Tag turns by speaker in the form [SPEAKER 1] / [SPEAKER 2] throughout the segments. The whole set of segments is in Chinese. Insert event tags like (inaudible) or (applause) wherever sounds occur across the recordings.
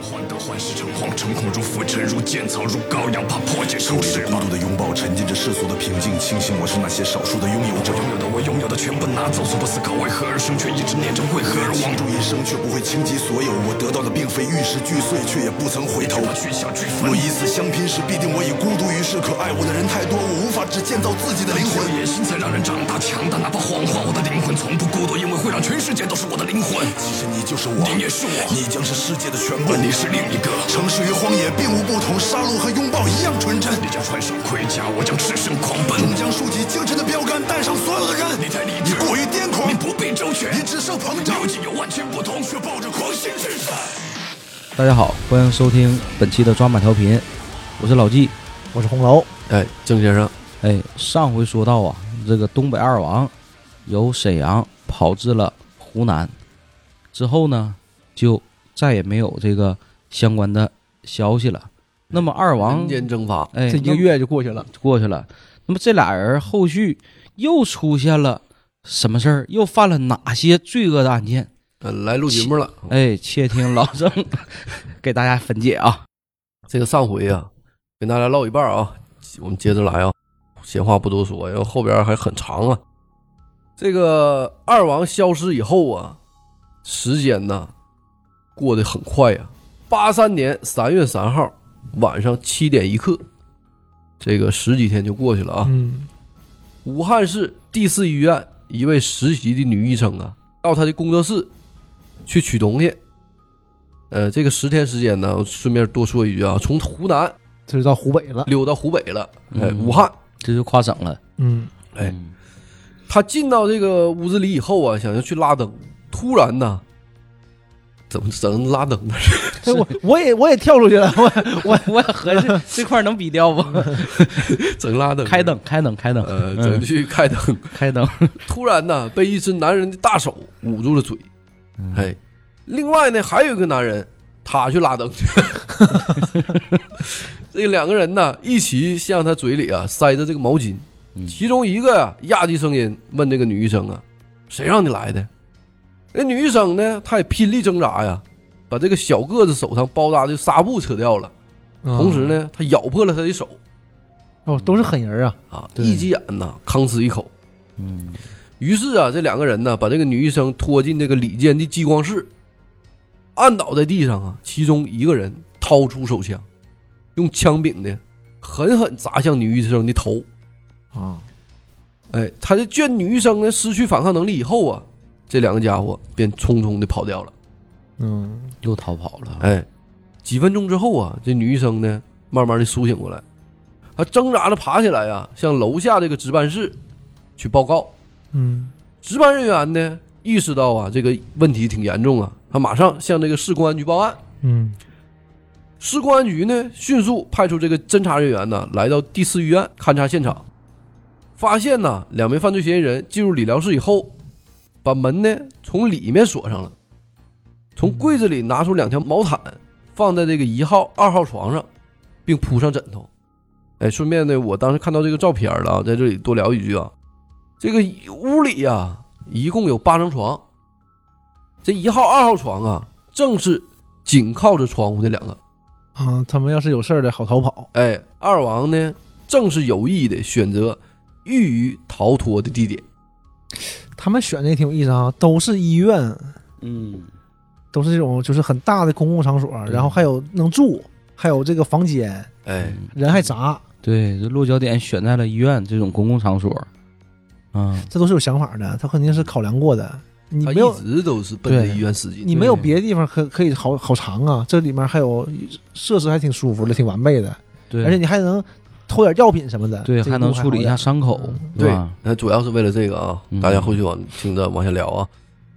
[SPEAKER 1] 是诚惶诚恐，如浮沉，如剑草，如羔羊，怕破茧成翅
[SPEAKER 2] 孤独的拥抱，沉浸着世俗的平静，庆幸我是那些少数的拥有者
[SPEAKER 1] 我。拥有的，我拥有的全部拿走，从不思考为何而生，却一直念着为何而
[SPEAKER 2] 心
[SPEAKER 1] 亡。
[SPEAKER 2] 中一生却不会倾其所有，我得到的并非玉石俱碎，却也不曾回头。
[SPEAKER 1] 我去向俱焚，
[SPEAKER 2] 我以此相拼时，必定我已孤独于世。可爱我的人太多，我无法只建造自己的灵
[SPEAKER 1] 只
[SPEAKER 2] 魂
[SPEAKER 1] 有。野心才让人长大强大，哪怕谎话，我的灵魂从不孤独，因为会让全世界都是我的灵魂。
[SPEAKER 2] 其实你就是我，
[SPEAKER 1] 你也是我
[SPEAKER 2] 你将是世界的全部
[SPEAKER 1] 而。你是另一个。
[SPEAKER 2] 城市与荒野并无不同，杀戮和拥抱一样纯真。
[SPEAKER 1] 你将穿上盔甲，我将赤身狂奔。
[SPEAKER 2] 终将竖起精神的标杆，带上所有的人。
[SPEAKER 1] 你太理
[SPEAKER 2] 你
[SPEAKER 1] 智，
[SPEAKER 2] 过于癫
[SPEAKER 1] 你，
[SPEAKER 2] 狂
[SPEAKER 1] 不必周全，
[SPEAKER 2] 你只剩膨胀
[SPEAKER 1] 究。竟有万千不同，却抱着狂心之胆。
[SPEAKER 3] 大家好，欢迎收听本期的抓马调频，我是老纪。
[SPEAKER 4] 我是红楼，
[SPEAKER 5] 哎，郑先生，
[SPEAKER 3] 哎，上回说到啊，这个东北二王由沈阳跑至了湖南，之后呢，就再也没有这个相关的消息了。那么二王
[SPEAKER 5] 人间蒸发，
[SPEAKER 3] 哎，
[SPEAKER 4] 嗯这一个月就过去了。
[SPEAKER 3] 过去了。那么这俩人后续又出现了什么事儿？又犯了哪些罪恶的案件？
[SPEAKER 5] 呃，来录节目了。
[SPEAKER 3] 哎，且听老郑 (laughs) 给大家分解啊。
[SPEAKER 5] 这个上回啊，跟大家唠一半啊，我们接着来啊。闲话不多说，因为后边还很长啊。这个二王消失以后啊，时间呢过得很快呀、八三年三月三号晚上七点一刻，这个十几天就过去了啊。
[SPEAKER 4] 嗯，
[SPEAKER 5] 武汉市第四医院一位实习的女医生啊，到她的工作室去取东西。呃，这个十天时间呢，我顺便多说一句啊，从湖南
[SPEAKER 4] 这是到湖北了。
[SPEAKER 5] 溜到湖北了，哎，
[SPEAKER 3] 嗯
[SPEAKER 5] 武汉。
[SPEAKER 3] 这就跨省了。
[SPEAKER 4] 嗯，
[SPEAKER 5] 哎，她进到这个屋子里以后啊，想要去拉灯，突然呢，怎么整拉灯呢？ (laughs)
[SPEAKER 4] 哎，我我也我也跳出去了，我我
[SPEAKER 3] 我合计这块儿能比掉不？
[SPEAKER 5] 整拉灯，
[SPEAKER 3] (laughs)
[SPEAKER 5] (laughs)
[SPEAKER 3] 开，灯，开灯，开灯，
[SPEAKER 5] 呃，
[SPEAKER 3] 嗯
[SPEAKER 5] 整去开灯。
[SPEAKER 3] 开灯。
[SPEAKER 5] 突然呢，被一只男人的大手捂住了嘴。哎，另外呢，还有一个男人，他去拉灯去。这两个人呢，一起向他嘴里啊塞着这个毛巾。其中一个呀、压低声音问这个女医生啊：“谁让你来的？”那女医生呢，她也拼力挣扎呀，把这个小个子手上包扎的纱布扯掉了，
[SPEAKER 6] 嗯
[SPEAKER 4] 嗯
[SPEAKER 5] 同时，呢，她咬破了他的手
[SPEAKER 4] 哦，都是狠人啊，
[SPEAKER 5] 啊，一只眼呐，吭哧一口。
[SPEAKER 3] 嗯，
[SPEAKER 5] 于是啊，这两个人呢，把这个女医生拖进这个里间的激光室，按倒在地上啊。其中一个人掏出手枪，用枪柄呢，狠狠砸向女医生的头。
[SPEAKER 4] 啊，
[SPEAKER 5] 哎，他这见女医生呢失去反抗能力以后啊，这两个家伙便匆匆的跑掉了。
[SPEAKER 4] 嗯，
[SPEAKER 3] 又逃跑了。
[SPEAKER 5] 哎，几分钟之后啊，这女医生呢，慢慢的苏醒过来，她挣扎着爬起来呀、向楼下这个值班室去报告。
[SPEAKER 4] 嗯，
[SPEAKER 5] 值班人员呢意识到啊这个问题挺严重啊，他马上向这个市公安局报案。
[SPEAKER 4] 嗯，
[SPEAKER 5] 市公安局呢迅速派出这个侦查人员呢来到第四医院勘察现场，发现呢两名犯罪嫌疑人进入理疗室以后，把门呢从里面锁上了，
[SPEAKER 4] 嗯
[SPEAKER 5] 从柜子里拿出两条毛毯放在这个一号、二号床上，并铺上枕头。哎，顺便呢，我当时看到这个照片了啊，在这里多聊一句啊，这个屋里呀、一共有八张床，这一号、二号床啊正是紧靠着窗户的两个。
[SPEAKER 4] 啊，他们要是有事儿的好逃跑。
[SPEAKER 5] 哎，二王呢，正是有意的选择易于逃脱的地点。
[SPEAKER 4] 他们选的也挺有意思啊，都是医院，
[SPEAKER 3] 嗯，
[SPEAKER 4] 都是这种就是很大的公共场所，然后还有能住，还有这个房间，
[SPEAKER 5] 哎，
[SPEAKER 4] 人还杂，
[SPEAKER 3] 对，这落脚点选在了医院这种公共场所。啊，
[SPEAKER 4] 这都是有想法的，他肯定是考量过的。你
[SPEAKER 5] 他
[SPEAKER 4] 没有
[SPEAKER 5] 一直都是奔着
[SPEAKER 3] 对
[SPEAKER 5] 医院使劲。
[SPEAKER 4] 你没有别的地方可可以好好藏啊，这里面还有设施还挺舒服的，挺完备的，
[SPEAKER 3] 对，
[SPEAKER 4] 而且你还能偷点药品什么的，
[SPEAKER 3] 对
[SPEAKER 4] 这个
[SPEAKER 3] 还能
[SPEAKER 4] 路
[SPEAKER 3] 处理一
[SPEAKER 4] 好
[SPEAKER 3] 下
[SPEAKER 4] 点
[SPEAKER 3] 伤口，是
[SPEAKER 5] 对
[SPEAKER 3] 吧，
[SPEAKER 5] 那主要是为了这个啊
[SPEAKER 3] 嗯，
[SPEAKER 5] 大家后续往听着往下聊啊。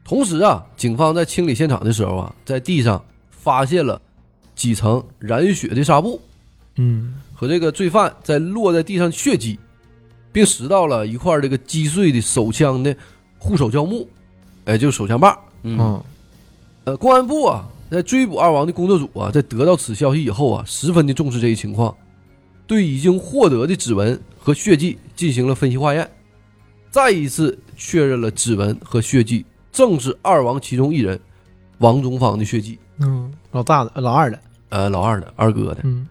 [SPEAKER 5] 同时啊，警方在清理现场的时候啊，在地上发现了几层染血的纱布
[SPEAKER 4] 嗯
[SPEAKER 5] 和这个罪犯在落在地上的血迹，并拾到了一块这个击碎的手枪的护手胶木，哎，就是手枪把。
[SPEAKER 3] 嗯，
[SPEAKER 4] 嗯
[SPEAKER 5] 呃，公安部啊，在追捕二王的工作组啊，在得到此消息以后啊，十分的重视这一情况，对已经获得的指纹和血迹进行了分析化验，再一次确认了指纹和血迹正是二王其中一人王忠芳的血迹。
[SPEAKER 4] 嗯，老大的老二的，
[SPEAKER 5] 呃，老二的二哥的，
[SPEAKER 4] 嗯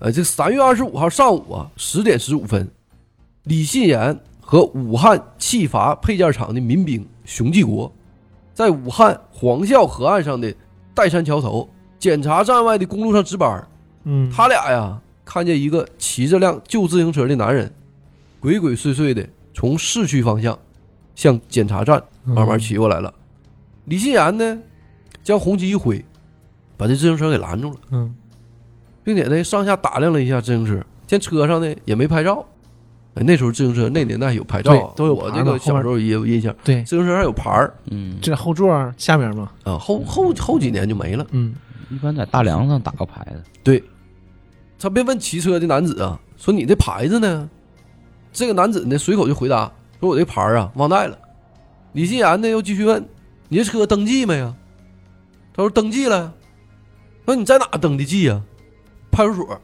[SPEAKER 5] 呃，这三月二十五号上午啊，十点十五分，李信岩和武汉气阀配件厂的民兵熊继国，在武汉黄孝河岸上的岱山桥头检查站外的公路上值班。
[SPEAKER 4] 嗯，
[SPEAKER 5] 他俩呀，看见一个骑着辆旧自行车的男人，鬼鬼祟祟的从市区方向向检查站慢慢骑过来了。李信岩呢，将红旗一挥，把这自行车给拦住了。
[SPEAKER 4] 嗯
[SPEAKER 5] 并且呢上下打量了一下自行车，见车上呢也没拍照。哎，那时候自行车那年代有拍照
[SPEAKER 4] 对，都有
[SPEAKER 5] 我
[SPEAKER 4] 牌
[SPEAKER 5] 这
[SPEAKER 4] 儿
[SPEAKER 5] 个
[SPEAKER 4] 嘛
[SPEAKER 5] 小时候也有印象，
[SPEAKER 4] 对，
[SPEAKER 5] 自行车上有牌儿
[SPEAKER 3] 嗯，
[SPEAKER 4] 这后座儿下面嘛，
[SPEAKER 5] 啊。后后后几年就没了。
[SPEAKER 4] 嗯
[SPEAKER 3] 一般在大梁上打个牌子，
[SPEAKER 5] 对，他便问骑车的男子啊，说你这牌子呢？这个男子呢随口就回答说：“我这牌儿啊忘带了。”李信言呢又继续问：“你这车登记没呀？”啊他说：“登记了。”那你在哪登的记呀、啊派出所。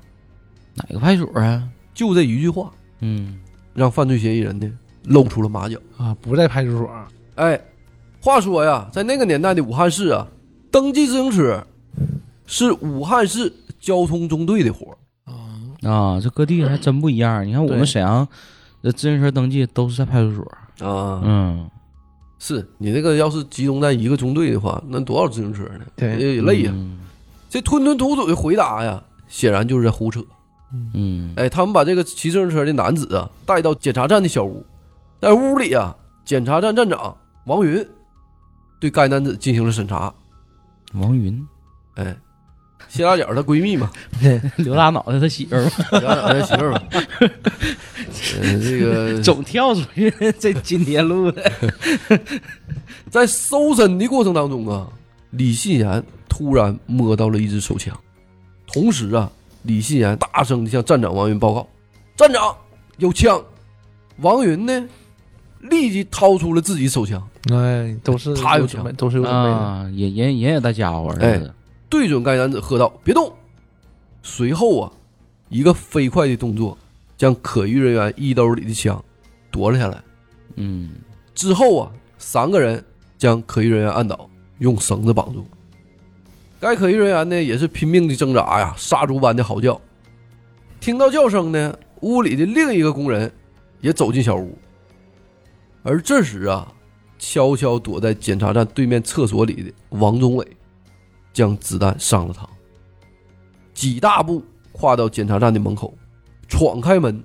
[SPEAKER 3] 哪个派出所啊？
[SPEAKER 5] 就这一句话，
[SPEAKER 3] 嗯
[SPEAKER 5] 让犯罪嫌疑人呢露出了马脚。
[SPEAKER 4] 啊，不在派出所儿，
[SPEAKER 5] 哎，话说呀，在那个年代的武汉市啊，登记自行车是武汉市交通中队的活儿
[SPEAKER 3] 啊，这各地还真不一样。你看我们
[SPEAKER 4] 对
[SPEAKER 3] 沈阳，这自行车登记都是在派出所。
[SPEAKER 5] 啊
[SPEAKER 3] 嗯，
[SPEAKER 5] 是你那个要是集中在一个中队的话，那多少自行车呢？
[SPEAKER 4] 对
[SPEAKER 5] 也也累呀、
[SPEAKER 3] 嗯
[SPEAKER 5] 这吞吞吐吐的回答呀，显然就是在胡扯。
[SPEAKER 3] 嗯
[SPEAKER 5] 哎，他们把这个骑自行车的男子啊带到检查站的小屋，在屋里啊，检查站站长王云对该男子进行了审查。
[SPEAKER 3] 王云，
[SPEAKER 5] 哎，谢大脚她闺蜜嘛，
[SPEAKER 4] 对，
[SPEAKER 3] 刘大脑袋他媳妇儿
[SPEAKER 5] 想想他媳妇儿吧，呃，这个
[SPEAKER 4] 嗯
[SPEAKER 3] 总跳出 (laughs) 去，这今天录的。
[SPEAKER 5] 在搜身的过程当中啊，李信言突然摸到了一支手枪，同时啊，李信言大声的向站长王云报告：“站长有枪！”王云呢，立即掏出了自己手枪，
[SPEAKER 4] 哎，都是
[SPEAKER 5] 他有
[SPEAKER 4] 准
[SPEAKER 5] 枪
[SPEAKER 4] 备，都是有准备的，
[SPEAKER 3] 啊，也也也有大家伙儿，
[SPEAKER 5] 哎
[SPEAKER 3] 这是
[SPEAKER 5] 对准该男子喝道：“别动！”随后啊，一个飞快的动作，将可疑人员衣兜里的枪夺了下来。
[SPEAKER 3] 嗯，
[SPEAKER 5] 之后啊，三个人将可疑人员按倒，用绳子绑住。该可疑人员呢也是拼命的挣扎呀，杀猪般的嚎叫。听到叫声呢，屋里的另一个工人也走进小屋。而这时啊，悄悄躲在检查站对面厕所里的王宗伟，将子弹上了膛，几大步跨到检查站的门口，闯开门，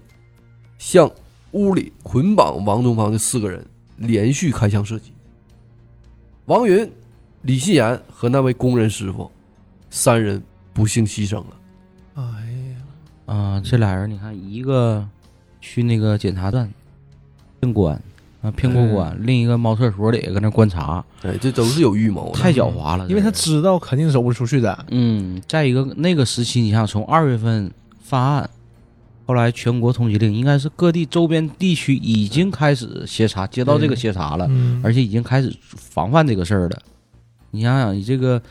[SPEAKER 5] 向屋里捆绑王东方的四个人连续开枪射击。王云、李信言和那位工人师傅，三人不幸牺牲了。
[SPEAKER 4] 哎呀，
[SPEAKER 3] 啊，这俩人你看，一个去那个检查站骗官啊，骗
[SPEAKER 4] 哎
[SPEAKER 3] 过关；另一个猫厕所里搁那观察，
[SPEAKER 5] 哎，这都是有预谋的。
[SPEAKER 3] 太狡猾了。
[SPEAKER 4] 嗯因为
[SPEAKER 3] 这
[SPEAKER 4] 他
[SPEAKER 3] 人
[SPEAKER 4] 知道肯定走不出去的，
[SPEAKER 3] 嗯，再一个那个时期，你像从二月份发案，后来全国通缉令，应该是各地周边地区已经开始协查，接到这个协查了，
[SPEAKER 4] 嗯，
[SPEAKER 3] 而且已经开始防范这个事儿了。你想想，你这个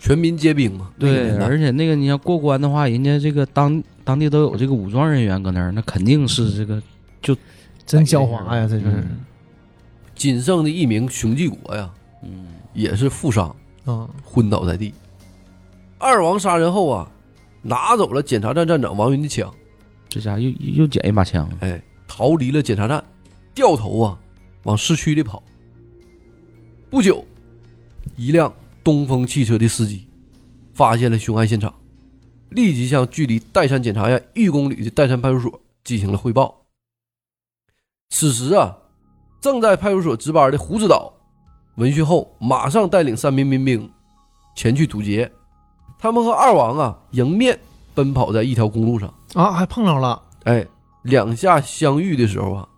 [SPEAKER 5] 全民皆兵嘛。那个
[SPEAKER 3] 对，
[SPEAKER 5] 年代
[SPEAKER 3] 而且那个你要过关的话，人家这个当当地都有这个武装人员搁那儿，那肯定是这
[SPEAKER 6] 嗯
[SPEAKER 3] 个
[SPEAKER 4] 真狡猾呀，这就是
[SPEAKER 3] 嗯
[SPEAKER 5] 仅剩的一名熊继国呀，
[SPEAKER 3] 嗯
[SPEAKER 5] 也是负伤
[SPEAKER 4] 啊，
[SPEAKER 5] 昏倒在地。二王杀人后啊，拿走了检查站站长王云的枪，
[SPEAKER 3] 这家伙又又又捡一把枪了。
[SPEAKER 5] 哎，逃离了检查站，掉头啊往市区里跑。不久，一辆东风汽车的司机发现了凶案现场，立即向距离岱山检察院一公里的岱山派出所进行了汇报。此时啊，正在派出所值班的胡指导闻讯后，马上带领三名民兵前去堵截。他们和二王啊迎面奔跑在一条公路上。
[SPEAKER 4] 啊，还碰着了，
[SPEAKER 5] 哎，两下相遇的时候啊，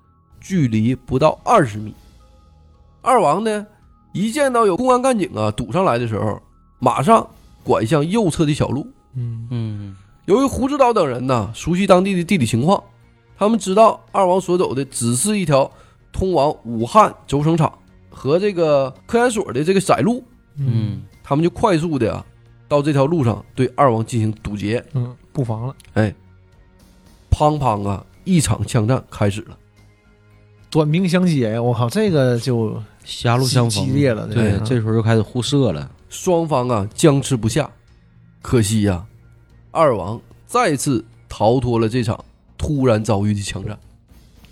[SPEAKER 5] 距离不到二十米。二王呢，一见到有公安干警啊堵上来的时候，马上拐向右侧的小路。
[SPEAKER 4] 嗯
[SPEAKER 3] 嗯
[SPEAKER 5] 由于胡指导等人呢熟悉当地的地理情况，他们知道二王所走的只是一条通往武汉轴承厂和这个科研所的这个窄路，
[SPEAKER 3] 嗯，
[SPEAKER 5] 他们就快速的啊到这条路上对二王进行堵截。
[SPEAKER 4] 嗯，布防了，
[SPEAKER 5] 哎，砰砰啊，一场枪战开始了。
[SPEAKER 4] 短兵相接呀，我靠，这个就
[SPEAKER 3] 狭路相
[SPEAKER 4] 激
[SPEAKER 3] 逢，
[SPEAKER 4] 激烈了，
[SPEAKER 6] 嗯
[SPEAKER 3] 对，
[SPEAKER 4] 个
[SPEAKER 3] 这时候又开始互射了。
[SPEAKER 5] 双方啊僵持不下。可惜呀、二王再次逃脱了这场突然遭遇的枪战。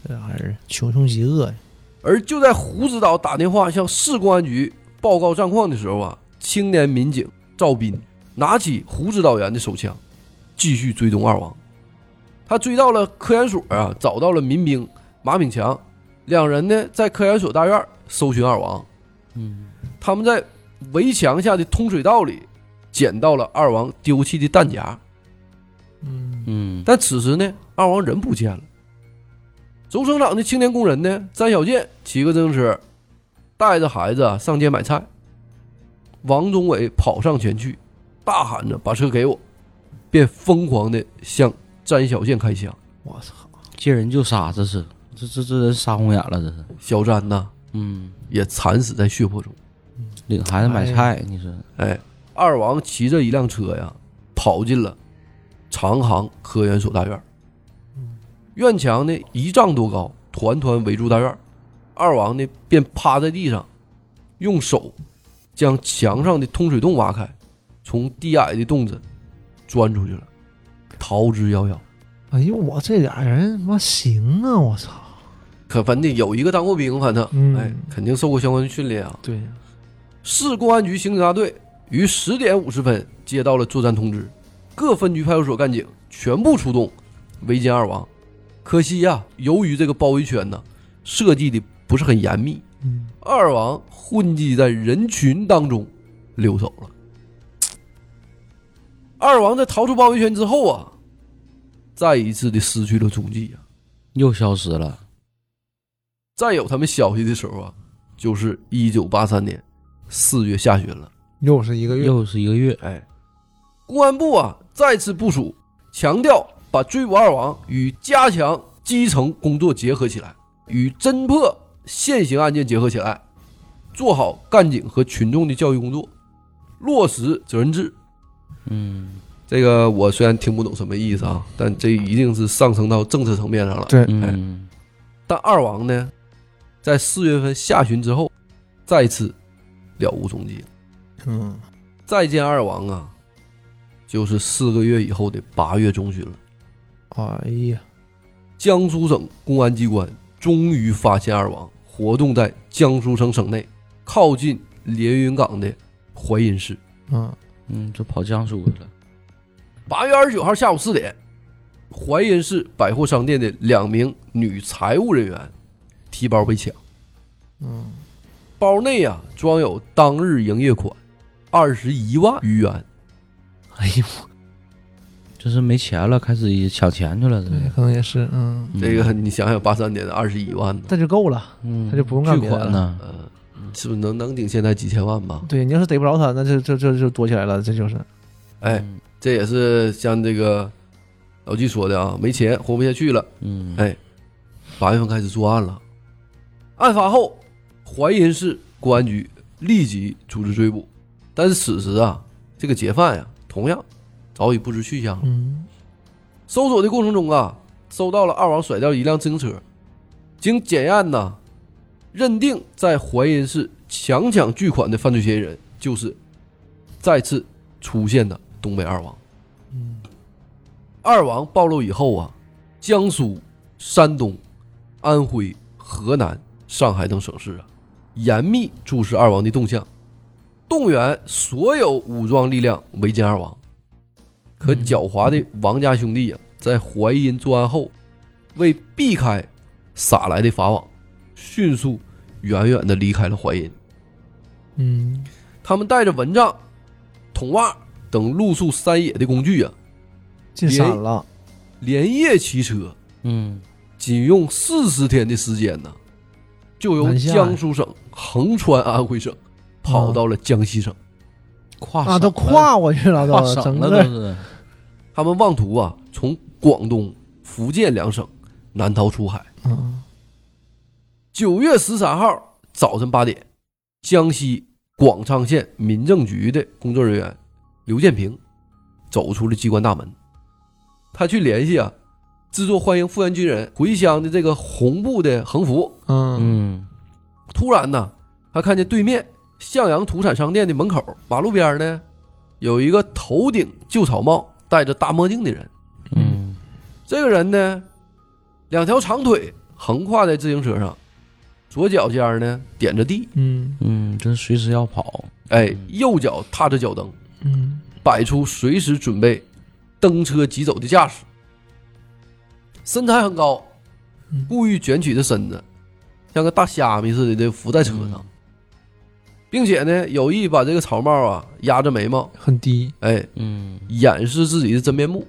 [SPEAKER 6] 这玩意儿穷凶极恶呀！
[SPEAKER 5] 而就在胡指导打电话向市公安局报告战况的时候啊，青年民警赵斌拿起胡指导员的手枪，继续追踪二王。他追到了科研所啊，找到了民兵马炳强，两人呢在科研所大院搜寻二王。
[SPEAKER 3] 嗯，
[SPEAKER 5] 他们在围墙下的通水道里捡到了二王丢弃的弹夹，
[SPEAKER 6] 嗯，
[SPEAKER 3] 嗯，
[SPEAKER 5] 但此时呢，二王人不见了。轴承厂的青年工人呢，詹小健骑个自行车，带着孩子啊上街买菜。王宗伟跑上前去，大喊着：“把车给我！”便疯狂的向詹小健开枪。
[SPEAKER 6] 我操，
[SPEAKER 3] 见人就杀，这是这这这人杀红眼了，这是。
[SPEAKER 5] 小詹呐，
[SPEAKER 3] 嗯，
[SPEAKER 5] 也惨死在血泊中。
[SPEAKER 3] 领孩子买菜，你说
[SPEAKER 5] 哎，二王骑着一辆车呀，跑进了长航科研所大院。院墙呢一丈多高，团团围住大院。二王呢便趴在地上，用手将墙上的通水洞挖开，从低矮的洞子钻出去了，逃之夭夭。
[SPEAKER 6] 哎呦，我这俩人他妈行啊！我操，
[SPEAKER 5] 可反正有一个当过兵，反正、
[SPEAKER 6] 嗯
[SPEAKER 5] 哎，肯定受过相关训练啊。
[SPEAKER 6] 对呀，
[SPEAKER 5] 市公安局刑警大队于十点五十分接到了作战通知，各分局派出所干警全部出动围歼二王。可惜呀、由于这个包围圈呢设计的不是很严密，
[SPEAKER 6] 嗯，
[SPEAKER 5] 二王混迹在人群当中溜走了。二王在逃出包围圈之后啊，再一次的失去了踪迹啊。
[SPEAKER 3] 又消失了。
[SPEAKER 5] 再有他们消息的时候啊，就是一九八三年四月下旬了。
[SPEAKER 6] 又是一个月，
[SPEAKER 3] 又是一个月，
[SPEAKER 5] 哎，公安部啊再次部署，强调把追捕二王与加强基层工作结合起来，与侦破现行案件结合起来，做好干警和群众的教育工作，落实责任制。
[SPEAKER 3] 嗯，
[SPEAKER 5] 这个我虽然听不懂什么意思啊，但这一定是上升到政策层面上了。
[SPEAKER 6] 对
[SPEAKER 3] 嗯，
[SPEAKER 6] 哎
[SPEAKER 5] 但二王呢，在四月份下旬之后，再次了无踪迹。
[SPEAKER 6] 嗯，
[SPEAKER 5] 再见二王啊，就是四个月以后的八月中旬了。
[SPEAKER 6] 哎呀，
[SPEAKER 5] 江苏省公安机关终于发现二王活动在江苏省省内靠近连云港的淮阴市。
[SPEAKER 6] 嗯，
[SPEAKER 3] 嗯，就跑江苏去了。 (laughs)
[SPEAKER 5] 八月二十九号下午四点，淮阴市百货商店的两名女财务人员提包被抢，
[SPEAKER 6] 嗯，
[SPEAKER 5] 包内啊装有当日营业款二十一万余元。
[SPEAKER 3] 哎呦，这是没钱了，开始抢钱去了，这
[SPEAKER 6] 对，
[SPEAKER 3] 是。
[SPEAKER 6] 可能也是，嗯，
[SPEAKER 3] 嗯
[SPEAKER 5] 这个你想想，八三年的二十一万呢，
[SPEAKER 6] 那就够了，
[SPEAKER 3] 嗯，
[SPEAKER 6] 他就不用干
[SPEAKER 3] 巨
[SPEAKER 6] 别的了
[SPEAKER 3] 款呢。
[SPEAKER 5] 呃，是不是能能顶现在几千万吧？
[SPEAKER 6] 对，你要是逮不着他，那就就就就躲起来了，这就是，
[SPEAKER 5] 哎，
[SPEAKER 3] 嗯，
[SPEAKER 5] 这也是像这个老纪说的啊，没钱活不下去了。
[SPEAKER 3] 嗯，
[SPEAKER 5] 哎八月份开始作案了。案发后，淮阴市公安局立即组织追捕，但是此时啊，这个劫犯呀、同样早已不知去向了。
[SPEAKER 6] 嗯，
[SPEAKER 5] 搜索的过程中啊，搜到了二王甩掉一辆自行车，经检验呢，认定在淮阴市强抢巨款的犯罪嫌疑人就是再次出现的东北二王。二王暴露以后啊，江苏、山东、安徽、河南、上海等省市啊，严密注视二王的动向，动员所有武装力量围歼二王。可
[SPEAKER 6] 嗯
[SPEAKER 5] 狡猾的王家兄弟啊，在淮阴作案后，为避开撒来的法网，迅速远远的离开了淮阴。
[SPEAKER 6] 嗯，
[SPEAKER 5] 他们带着蚊帐、筒袜等露宿山野的工具啊，
[SPEAKER 6] 进山了，
[SPEAKER 5] 连夜骑车，
[SPEAKER 3] 嗯，
[SPEAKER 5] 仅用四十天的时间呢，就由
[SPEAKER 6] 南下呀嗯
[SPEAKER 5] 江苏省横穿安徽省，跑到了江西省。
[SPEAKER 3] 跨
[SPEAKER 6] 啊，
[SPEAKER 3] 省
[SPEAKER 6] 都跨过去了，
[SPEAKER 3] 跨
[SPEAKER 6] 都整
[SPEAKER 3] 省了，
[SPEAKER 6] 个
[SPEAKER 3] 都，是。
[SPEAKER 5] 他们妄图啊，从广东、福建两省南逃出海。
[SPEAKER 6] 嗯，
[SPEAKER 5] 九月十三号早晨八点，江西广昌县民政局的工作人员刘建平走出了机关大门，他去联系啊，制作欢迎复员军人回乡的这个红布的横幅。
[SPEAKER 6] 嗯，
[SPEAKER 3] 嗯
[SPEAKER 5] 突然呢，他看见对面向阳土产商店的门口马路边呢，有一个头顶旧草帽、戴着大墨镜的人。
[SPEAKER 3] 嗯
[SPEAKER 5] 这个人呢，两条长腿横跨在自行车上，左脚尖儿呢点着地，
[SPEAKER 6] 嗯
[SPEAKER 3] 嗯，真随时要跑，
[SPEAKER 5] 哎，右脚踏着脚蹬，
[SPEAKER 6] 嗯
[SPEAKER 5] 摆出随时准备蹬车疾走的架势。身材很高，故意卷曲的身子，像个大虾米似的，这浮在车上，并且呢，有意把这个草帽啊压着眉毛，
[SPEAKER 6] 很低，
[SPEAKER 5] 哎，
[SPEAKER 3] 嗯
[SPEAKER 5] 掩饰自己的真面目。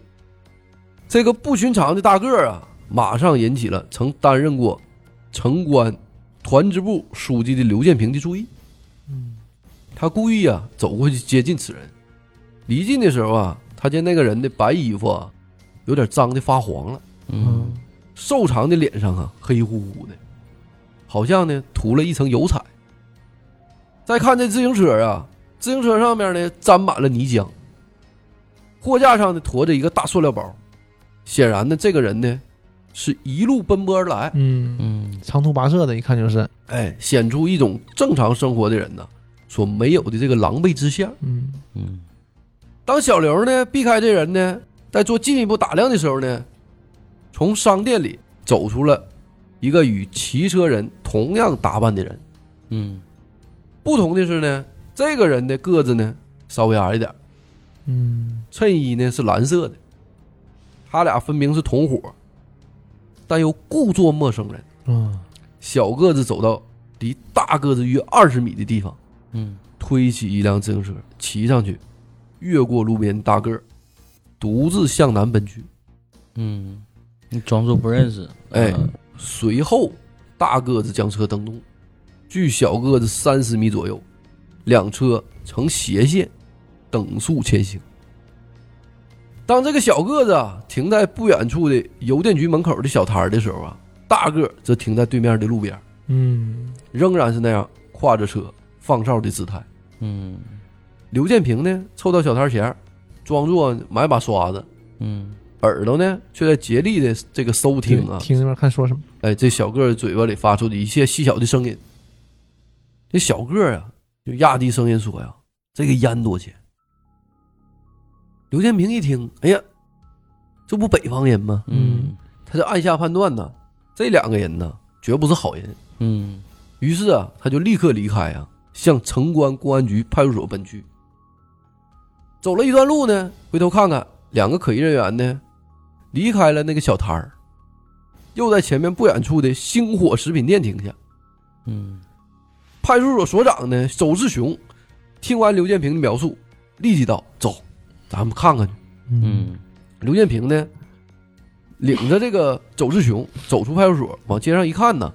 [SPEAKER 5] 这个不寻常的大个儿啊，马上引起了曾担任过城关团支部书记的刘建平的注意。他故意啊走过去接近此人，离近的时候啊，他见那个人的白衣服啊有点脏的发黄了，
[SPEAKER 3] 嗯
[SPEAKER 5] 瘦长的脸上啊黑乎乎的，好像呢涂了一层油彩。再看这自行车啊，自行车上面呢沾满了泥浆，货架上呢驮着一个大塑料包，显然呢这个人呢是一路奔波而来，
[SPEAKER 6] 嗯，
[SPEAKER 3] 嗯
[SPEAKER 6] 长途跋涉的，一看就是，
[SPEAKER 5] 哎，显出一种正常生活的人呢所没有的这个狼狈之相。
[SPEAKER 6] 嗯
[SPEAKER 3] 嗯
[SPEAKER 5] 当小刘呢避开这人呢，在做进一步打量的时候呢，从商店里走出了一个与骑车人同样打扮的人。
[SPEAKER 3] 嗯
[SPEAKER 5] 不同的是呢，这个人的个子呢稍微矮一点，
[SPEAKER 6] 嗯
[SPEAKER 5] 衬衣呢是蓝色的。他俩分明是同伙，但又故作陌生人。
[SPEAKER 6] 啊，
[SPEAKER 5] 小个子走到离大个子约二十米的地方，
[SPEAKER 3] 嗯
[SPEAKER 5] 推起一辆自行车，骑上去，越过路边大个儿，独自向南奔去。
[SPEAKER 3] 嗯，你装作不认识，
[SPEAKER 5] 哎
[SPEAKER 3] 嗯
[SPEAKER 5] 随后，大个子将车蹬动，距小个子三十米左右，两车呈斜线等速前行。当这个小个子啊停在不远处的邮电局门口的小摊儿的时候啊，大个儿则停在对面的路边儿，
[SPEAKER 6] 嗯
[SPEAKER 5] 仍然是那样挎着车放哨的姿态。
[SPEAKER 3] 嗯
[SPEAKER 5] 刘建平呢，凑到小摊前儿，装作买把刷子，
[SPEAKER 3] 嗯
[SPEAKER 5] 耳朵呢却在竭力的这个收听啊，
[SPEAKER 6] 听那边看说什么，
[SPEAKER 5] 哎，这小个儿嘴巴里发出的一切细小的声音。这小个儿啊，就压低声音说呀：“这个烟多少钱？”刘建平一听，哎呀，这不北方人吗？
[SPEAKER 3] 嗯
[SPEAKER 5] 他就按下判断呐，这两个人呐，绝不是好人。
[SPEAKER 3] 嗯
[SPEAKER 5] 于是啊，他就立刻离开啊，向城关公安局派出所奔去。走了一段路呢，回头看看，两个可疑人员呢，离开了那个小摊儿，又在前面不远处的星火食品店停下。
[SPEAKER 3] 嗯
[SPEAKER 5] 派出所所长呢，周志雄，听完刘建平的描述，立即道：“走，咱们看看去。
[SPEAKER 3] 嗯”
[SPEAKER 5] 刘建平呢，领着这个周志雄走出派出所，往街上一看呢，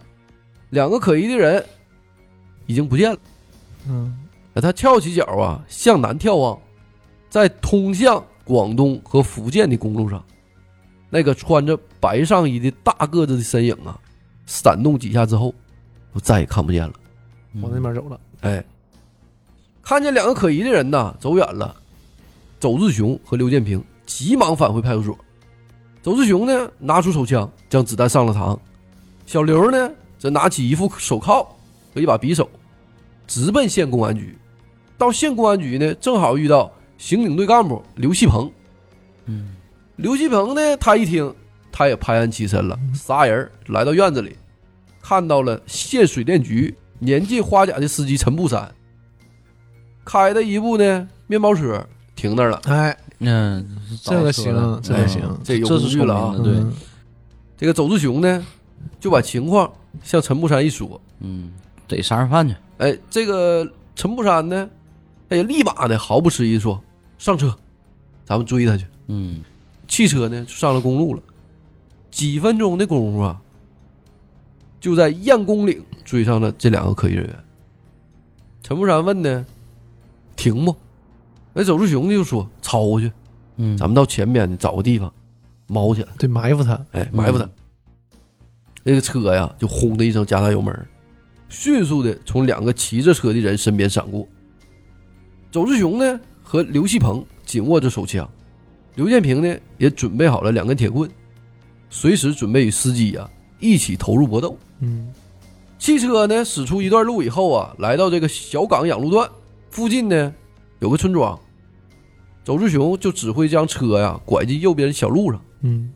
[SPEAKER 5] 两个可疑的人已经不见了。
[SPEAKER 6] 嗯
[SPEAKER 5] 他翘起脚啊，向南眺望，在通向广东和福建的公路上，那个穿着白上衣的大个子的身影啊，闪动几下之后，就再也看不见了。
[SPEAKER 3] 嗯，
[SPEAKER 6] 往那边走了，
[SPEAKER 5] 哎，看见两个可疑的人呐，走远了。周志雄和刘建平急忙返回派出所。周志雄呢，拿出手枪，将子弹上了膛；小刘呢，则拿起一副手铐和一把匕首，直奔县公安局。到县公安局呢，正好遇到刑警队干部刘希鹏。
[SPEAKER 3] 嗯
[SPEAKER 5] 刘继鹏呢，他一听，他也拍案起身了，
[SPEAKER 3] 嗯
[SPEAKER 5] 仨人儿来到院子里，看到了县水电局年近花甲的司机陈步山开的一部呢面包车停那儿了。
[SPEAKER 6] 哎，
[SPEAKER 3] 那
[SPEAKER 6] 这个行，这
[SPEAKER 5] 哎
[SPEAKER 6] 个行，
[SPEAKER 5] 这有
[SPEAKER 3] 这
[SPEAKER 5] 工
[SPEAKER 3] 是
[SPEAKER 5] 具
[SPEAKER 3] 聪
[SPEAKER 5] 了啊
[SPEAKER 3] 明的对，
[SPEAKER 6] 嗯
[SPEAKER 5] 这个周志雄呢，就把情况向陈步山一说，
[SPEAKER 3] 嗯，得杀人犯去，
[SPEAKER 5] 哎，这个陈步山呢，他也立马的毫不迟疑地说：“上车，咱们追他去。”
[SPEAKER 3] 嗯
[SPEAKER 5] 汽车呢就上了公路了。几分钟的功夫啊，就在燕公岭追上了这两个可疑人员。陈木山问呢：“停不？”那走志雄呢就说：“超过去，
[SPEAKER 3] 嗯，
[SPEAKER 5] 咱们到前面找个地方猫起来，
[SPEAKER 6] 对，埋伏他，
[SPEAKER 5] 哎，埋伏他。那个车呀，就轰的一声加大油门，迅速的从两个骑着车的人身边闪过。走志雄呢和刘希鹏紧握着手枪，刘建平呢也准备好了两根铁棍，随时准备与司机呀、一起投入搏斗。
[SPEAKER 6] 嗯
[SPEAKER 5] 汽车呢驶出一段路以后啊，来到这个小港养路段附近呢，有个村庄。走志雄就指挥将车呀拐进右边小路上，
[SPEAKER 6] 嗯，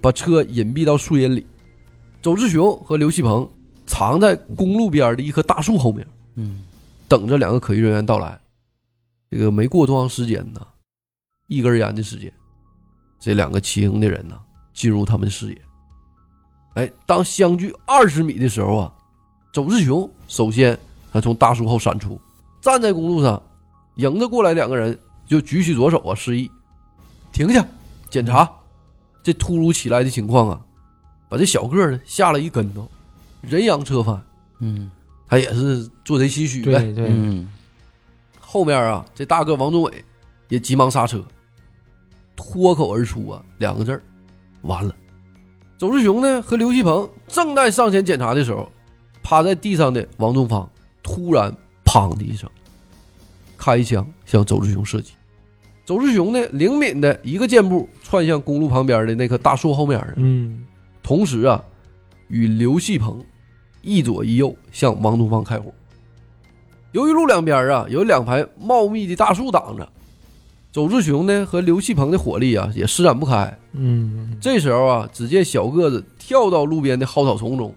[SPEAKER 5] 把车隐蔽到树荫里。走志雄和刘希鹏藏在公路边的一棵大树后面，
[SPEAKER 3] 嗯，
[SPEAKER 5] 等着两个可疑人员到来。这个没过多长时间呢，一根烟的时间，这两个骑行的人呢进入他们视野。哎，当相距二十米的时候啊，走志雄首先他从大树后闪出，站在公路上，迎着过来两个人就举起左手啊示意停下检查。这突如其来的情况啊，把这小个儿呢吓了一跟头，人仰车翻，
[SPEAKER 3] 嗯
[SPEAKER 5] 他也是做贼心虚呗。
[SPEAKER 6] 对对，
[SPEAKER 3] 嗯
[SPEAKER 5] 后面啊，这大哥王宗伟也急忙刹车，脱口而出啊两个字儿：完了。走志雄呢和刘希鹏正在上前检查的时候，趴在地上的王仲芳突然砰的一声，开枪向走志雄射击。走志雄呢灵敏的一个箭步窜向公路旁边的那棵大树后面儿
[SPEAKER 6] 嗯，
[SPEAKER 5] 同时啊，与刘希鹏一左一右向王东方开火。由于路两边啊有两排茂密的大树挡着，走志雄呢和刘希鹏的火力啊也施展不开。
[SPEAKER 6] 嗯，
[SPEAKER 5] 这时候啊，只见小个子跳到路边的蒿草丛中，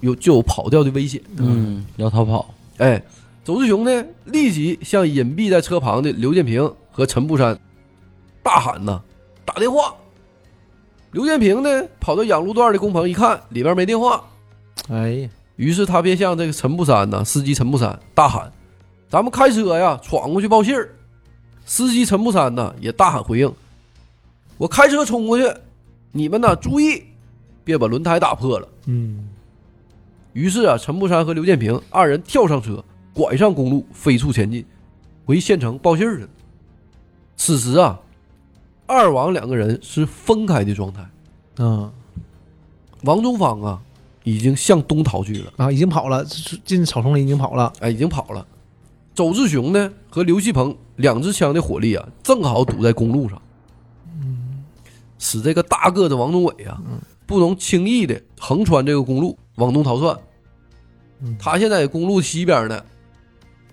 [SPEAKER 5] 有就有跑掉的危险。
[SPEAKER 3] 嗯，要逃跑，
[SPEAKER 5] 哎，走志雄呢立即向隐蔽在车旁的刘建平和陈步山大喊呐：“打电话！”刘建平呢跑到养路段的工棚一看，里边没电话，
[SPEAKER 6] 哎呀，
[SPEAKER 5] 于是他便向这个陈步山呐，司机陈步山大喊：“咱们开车呀，闯过去报信儿！”司机陈步山呢也大喊回应：“我开车冲过去，你们呢注意，别把轮胎打破了。”
[SPEAKER 6] 嗯，
[SPEAKER 5] 于是啊，陈步山和刘建平二人跳上车，拐上公路，飞速前进，回县城报信儿去了。此时啊，二王两个人是分开的状态，
[SPEAKER 6] 啊
[SPEAKER 5] 王中芳啊已经向东逃去了，
[SPEAKER 6] 啊，已经跑了，进草丛里已经跑了，
[SPEAKER 5] 哎，已经跑了。周志雄呢和刘希鹏两支枪的火力啊，正好堵在公路上，使这个大个子王宗伟啊，不能轻易的横穿这个公路往东逃窜。
[SPEAKER 6] 嗯
[SPEAKER 5] 他现在公路西边呢，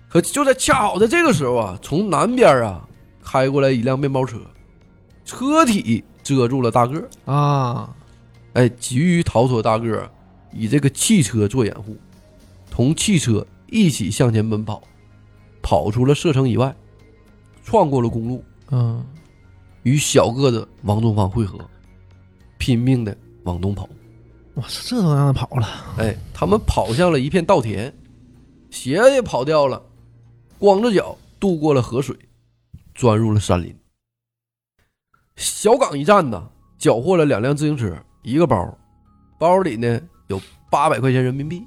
[SPEAKER 5] 可就在恰好在这个时候啊，从南边啊开过来一辆面包车，车体遮住了大个儿，
[SPEAKER 6] 啊，
[SPEAKER 5] 哎，急于逃脱大个儿以这个汽车做掩护，同汽车一起向前奔跑，跑出了射程以外，穿过了公路，
[SPEAKER 6] 嗯，
[SPEAKER 5] 与小个子王东方汇合，拼命的往东跑。
[SPEAKER 6] 我操，这都让他跑了，
[SPEAKER 5] 哎，他们跑向了一片稻田，鞋也跑掉了，光着脚渡过了河水，钻入了山林。小港一站呢，缴获了两辆自行车，一个包，包里呢有八百块钱人民币，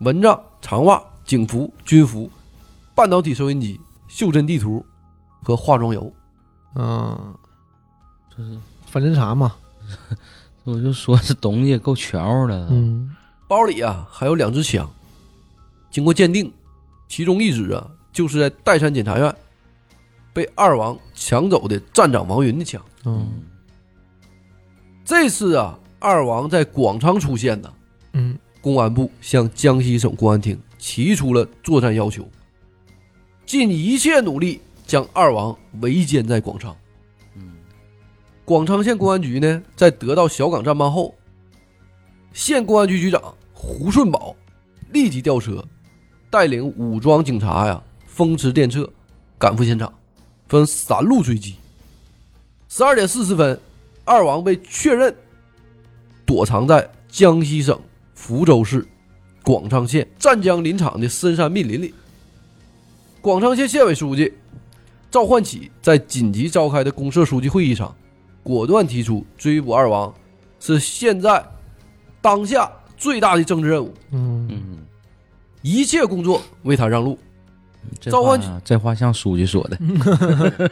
[SPEAKER 5] 蚊帐、长袜、警服、军服、半导体收音机、袖珍地图和化妆油。
[SPEAKER 6] 嗯，
[SPEAKER 3] 这是
[SPEAKER 6] 反侦查嘛，
[SPEAKER 3] 我就说这东西够全乎的，
[SPEAKER 6] 嗯，
[SPEAKER 5] 包里啊还有两支枪，经过鉴定，其中一支啊就是在代山检察院被二王抢走的站长王云的枪。
[SPEAKER 6] 嗯，
[SPEAKER 5] 这次啊，二王在广昌出现呢，
[SPEAKER 6] 嗯，
[SPEAKER 5] 公安部向江西省公安厅提出了作战要求，尽一切努力将二王围歼在广昌。广昌县公安局呢，在得到小港战报后，县公安局局长胡顺宝立即调车，带领武装警察呀，风驰电掣赶赴现场，分三路追击。十二点四十分，二王被确认躲藏在江西省福州市广昌县湛江林场的深山密林里。广昌县县委书记赵焕起在紧急召开的公社书记会议上，果断提出追捕二王是现在当下最大的政治任务，
[SPEAKER 6] 嗯，
[SPEAKER 3] 嗯，
[SPEAKER 5] 一切工作为他让路。
[SPEAKER 3] 这
[SPEAKER 5] 召唤
[SPEAKER 3] 话这话像书记说的，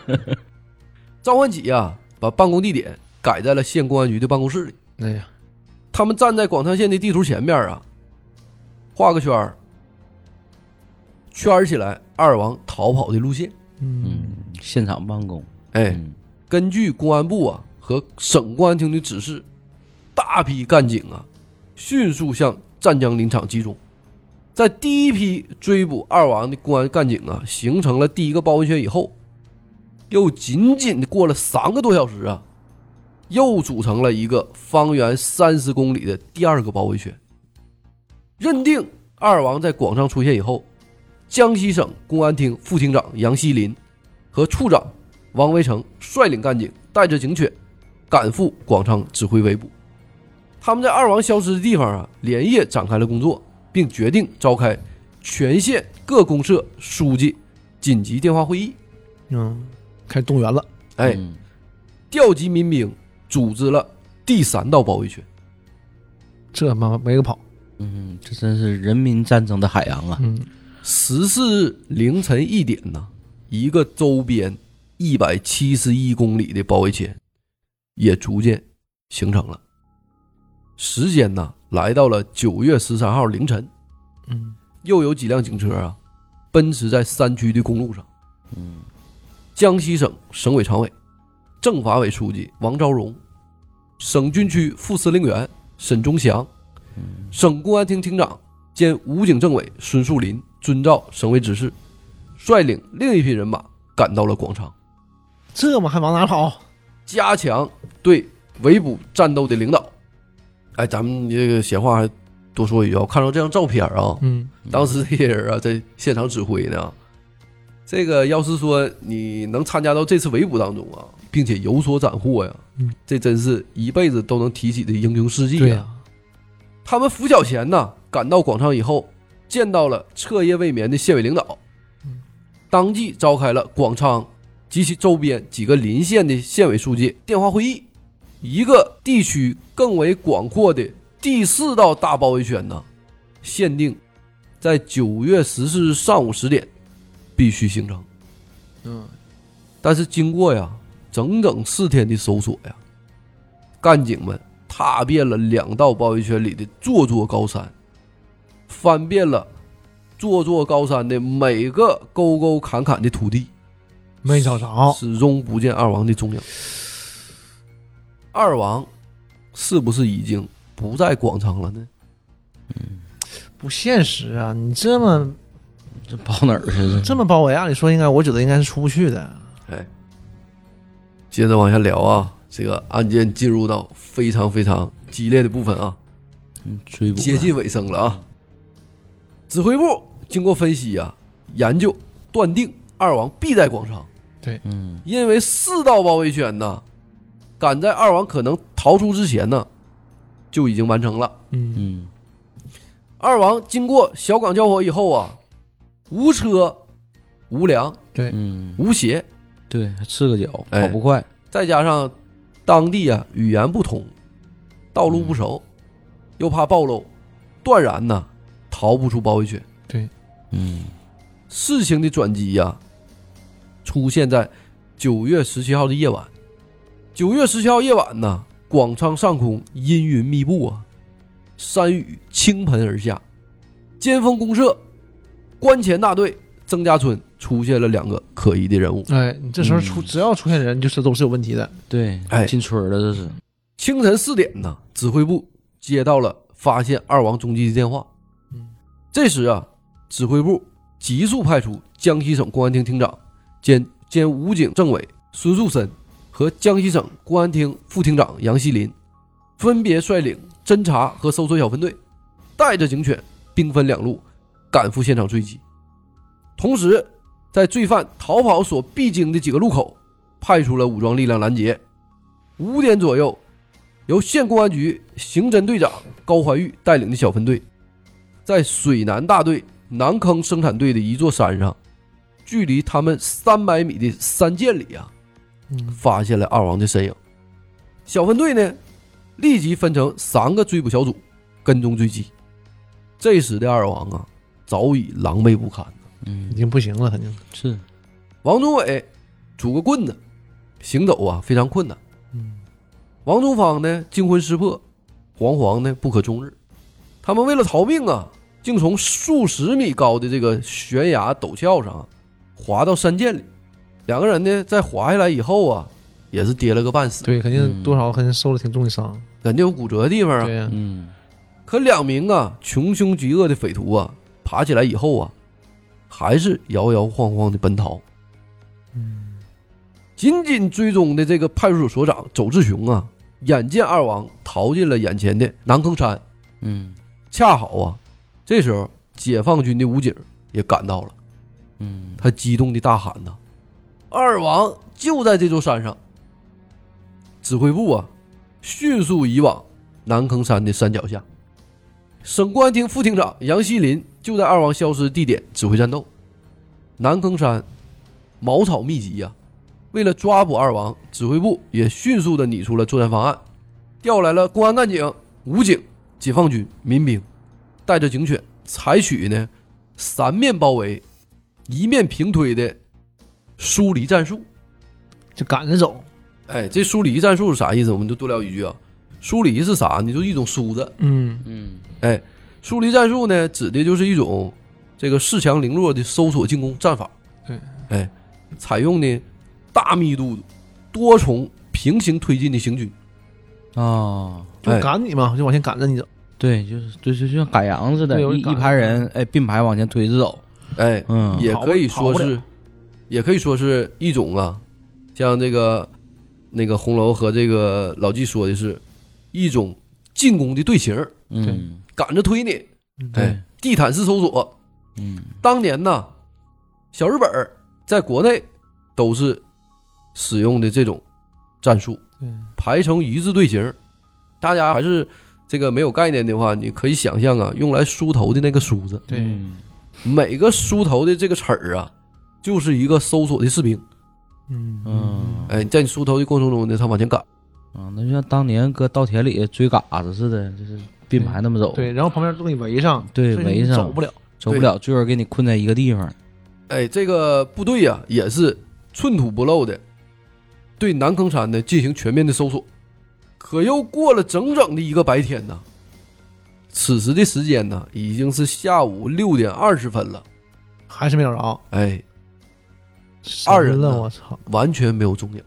[SPEAKER 5] 赵焕起呀、把办公地点改在了县公安局的办公室里。
[SPEAKER 6] 哎呀，
[SPEAKER 5] 他们站在广昌县的地图前面啊，画个圈儿，圈儿起来二王逃跑的路线。
[SPEAKER 6] 嗯，
[SPEAKER 3] 嗯，现场办公，
[SPEAKER 5] 哎，
[SPEAKER 3] 嗯
[SPEAKER 5] 根据公安部啊和省公安厅的指示，大批干警啊迅速向湛江林场集中，在第一批追捕二王的公安干警啊形成了第一个包围圈以后，又仅仅地过了三个多小时啊，又组成了一个方圆三十公里的第二个包围圈。认定二王在广上出现以后，江西省公安厅副厅长杨锡林和处长王维成率领干警，带着警犬赶赴广昌指挥围捕。他们在二王消失的地方啊，连夜展开了工作，并决定召开全县各公社书记紧急电话会议。
[SPEAKER 4] 嗯，开始动员了，
[SPEAKER 5] 哎，
[SPEAKER 3] 嗯
[SPEAKER 5] 调集民兵，组织了第三道包围圈。
[SPEAKER 4] 这妈没个跑，
[SPEAKER 3] 嗯，这真是人民战争的海洋啊！
[SPEAKER 4] 嗯，
[SPEAKER 5] 十四日凌晨一点呢，一个周边一百七十一公里的包围圈也逐渐形成了。时间呢，来到了九月十三号凌晨。
[SPEAKER 4] 嗯，
[SPEAKER 5] 又有几辆警车啊，奔驰在山区的公路上。
[SPEAKER 3] 嗯，
[SPEAKER 5] 江西省省委常委、政法委书记王昭荣，省军区副司令员沈忠祥，省公安厅厅长兼武警政委孙树林遵照省委指示，率领另一批人马赶到了广昌，
[SPEAKER 4] 这嘛还往哪跑？
[SPEAKER 5] 加强对围捕战斗的领导。哎，咱们这个闲话还多说一句啊，我看到这张照片啊，
[SPEAKER 4] 嗯，
[SPEAKER 5] 当时这些人啊在现场指挥呢。这个要是说你能参加到这次围捕当中啊，并且有所斩获呀，
[SPEAKER 4] 嗯
[SPEAKER 5] 这真是一辈子都能提起的英雄事
[SPEAKER 6] 啊
[SPEAKER 5] 迹啊
[SPEAKER 4] 对啊
[SPEAKER 5] 呀、
[SPEAKER 4] 呀、
[SPEAKER 5] 他们拂晓前呢赶到广昌以后，见到了彻夜未眠的县委领导，当即召开了广昌及其周边几个邻县的县委书记电话会议。一个地区更为广阔的第四道大包围圈呢，限定在九月十四日上午十点必须形成。
[SPEAKER 4] 嗯，
[SPEAKER 5] 但是经过呀整整四天的搜索呀，干警们踏遍了两道包围圈里的座座高山，翻遍了座座高山的每个沟沟坎坎的土地，
[SPEAKER 4] 没找着，
[SPEAKER 5] 始终不见二王的踪影。二王是不是已经不在广昌了呢？
[SPEAKER 6] 不现实啊！你这么
[SPEAKER 3] 这跑哪儿去了？
[SPEAKER 6] 这么包围，按理说应该，我觉得应该是出不去的。
[SPEAKER 5] 哎，接着往下聊啊，这个案件进入到非常非常激烈的部分啊。
[SPEAKER 3] 嗯追捕
[SPEAKER 5] 接
[SPEAKER 3] 了
[SPEAKER 5] 近尾声了啊。指挥部经过分析啊，研究断定二王必在广昌，
[SPEAKER 3] 嗯
[SPEAKER 5] 因为四道包围圈呢，赶在二王可能逃出之前呢，就已经完成了。
[SPEAKER 4] 嗯，
[SPEAKER 3] 嗯
[SPEAKER 5] 二王经过小港交火以后啊，无车、无粮、
[SPEAKER 3] 嗯，
[SPEAKER 5] 无鞋，
[SPEAKER 3] 对，还赤个脚，
[SPEAKER 5] 哎
[SPEAKER 3] 跑不快，
[SPEAKER 5] 再加上当地啊语言不通，道路不熟，又怕暴露，断然呢逃不出包围圈。
[SPEAKER 3] 嗯
[SPEAKER 5] 事情的转机呀、出现在九月十七号的夜晚。九月十七号夜晚呢，广昌上空阴云密布啊，山雨倾盆而下。尖峰公社、关前大队、曾家村出现了两个可疑的人物。
[SPEAKER 6] 哎，你这时候出，
[SPEAKER 3] 嗯
[SPEAKER 6] 只要出现人，就是都是有问题的。
[SPEAKER 3] 对
[SPEAKER 5] 哎，
[SPEAKER 3] 进村儿了这是，
[SPEAKER 5] 清晨四点呢，指挥部接到了发现二王踪迹的电话。这时啊，指挥部急速派出江西省公安厅厅长兼兼武警政委孙树森和江西省公安厅副厅长杨锡林，分别率领侦查和搜索小分队，带着警犬兵分两路，赶赴现场追击。同时，在罪犯逃跑所必经的几个路口，派出了武装力量拦截。五点左右，由县公安局刑侦队长高怀玉带领的小分队，在水南大队南坑生产队的一座山上，距离他们三百米的山涧里啊，
[SPEAKER 6] 嗯
[SPEAKER 5] 发现了二王的身影。小分队呢，立即分成三个追捕小组，跟踪追击。这时的二王啊，早已狼狈不堪。
[SPEAKER 3] 嗯
[SPEAKER 6] 已经不行了，肯定
[SPEAKER 3] 是，
[SPEAKER 5] 王宗伟拄个棍子，行走啊非常困难。王宗芳呢惊魂失魄，黄黄呢不可终日。他们为了逃命啊，竟从数十米高的这个悬崖陡峭上啊滑到山涧里。两个人呢在滑下来以后啊，也是跌了个半死，
[SPEAKER 6] 对，肯定
[SPEAKER 3] 嗯
[SPEAKER 6] 多少肯定受了挺重的伤。
[SPEAKER 5] 肯定有骨折的地方啊
[SPEAKER 6] 对。呀，
[SPEAKER 3] 嗯
[SPEAKER 5] 可两名啊穷凶极恶的匪徒啊，爬起来以后啊，还是摇摇晃晃的奔逃。紧紧追踪的这个派出所所长周志雄啊，眼见二王逃进了眼前的南坑山，
[SPEAKER 3] 嗯
[SPEAKER 5] 恰好啊，这时候解放军的武警也赶到了，
[SPEAKER 3] 嗯
[SPEAKER 5] 他激动的大喊呐、二王就在这座山上。”指挥部啊，迅速移往南坑山的山脚下。省公安厅副厅长杨锡林就在二王消失地点指挥战斗。南坑山茅草密集呀、为了抓捕二王，指挥部也迅速的拟出了作战方案，调来了公安干警、武警、解放军、民兵，带着警犬，采取呢三面包围、一面平推的疏离战术。
[SPEAKER 6] 就赶着走，
[SPEAKER 5] 哎，这疏离战术是啥意思？我们就多聊一句啊。疏离是啥呢？就是一种梳子。
[SPEAKER 6] 嗯，
[SPEAKER 3] 嗯
[SPEAKER 5] 哎，疏离战术呢，指的就是一种这个恃强凌弱的搜索进攻战法。
[SPEAKER 6] 对，
[SPEAKER 5] 哎，采用呢大密度、多重平行推进的行军。
[SPEAKER 3] 哦，
[SPEAKER 6] 就
[SPEAKER 5] 哎
[SPEAKER 6] 赶你嘛，就往前赶着你走，
[SPEAKER 3] 对，就是对，就就像赶羊似的，
[SPEAKER 6] 对有
[SPEAKER 3] 一
[SPEAKER 6] 人赶
[SPEAKER 3] 一排人哎并排往前推着走，
[SPEAKER 5] 哎，
[SPEAKER 3] 嗯
[SPEAKER 5] 也可以
[SPEAKER 6] 跑
[SPEAKER 5] 说
[SPEAKER 6] 不
[SPEAKER 5] 是，也可以说是一种啊，像这个那个红楼和这个老纪说的是一种进攻的队形，
[SPEAKER 3] 嗯
[SPEAKER 5] 赶着推你。
[SPEAKER 3] 对
[SPEAKER 5] 哎，地毯式搜索，
[SPEAKER 3] 嗯
[SPEAKER 5] 当年呐，小日本儿在国内都是使用的这种战术，
[SPEAKER 6] 对
[SPEAKER 5] 排成一致队形。大家还是这个没有概念的话，你可以想象啊，用来梳头的那个梳子，
[SPEAKER 6] 对，
[SPEAKER 3] 嗯
[SPEAKER 5] 每个梳头的这个齿儿啊，就是一个搜索的士兵。
[SPEAKER 6] 嗯
[SPEAKER 3] 嗯
[SPEAKER 5] 哎，在你梳头的过程中呢，他往前赶。
[SPEAKER 3] 啊，那就像当年搁稻田里追嘎子似的，就是并排那么走，
[SPEAKER 6] 对，然后旁边都给你围上，
[SPEAKER 3] 对
[SPEAKER 6] 所以你
[SPEAKER 3] 围上
[SPEAKER 6] 走不了，
[SPEAKER 3] 走不了，最后给你困在一个地方。
[SPEAKER 5] 哎，这个部队呀、也是寸土不漏的，对南坑山呢进行全面的搜索。可又过了整整的一个白天呐，此时的时间呢，已经是下午六点二十分了。
[SPEAKER 6] 还是没找着，
[SPEAKER 5] 哎，
[SPEAKER 6] 神
[SPEAKER 5] 二人呢
[SPEAKER 6] 了，我操，
[SPEAKER 5] 完全没有踪影。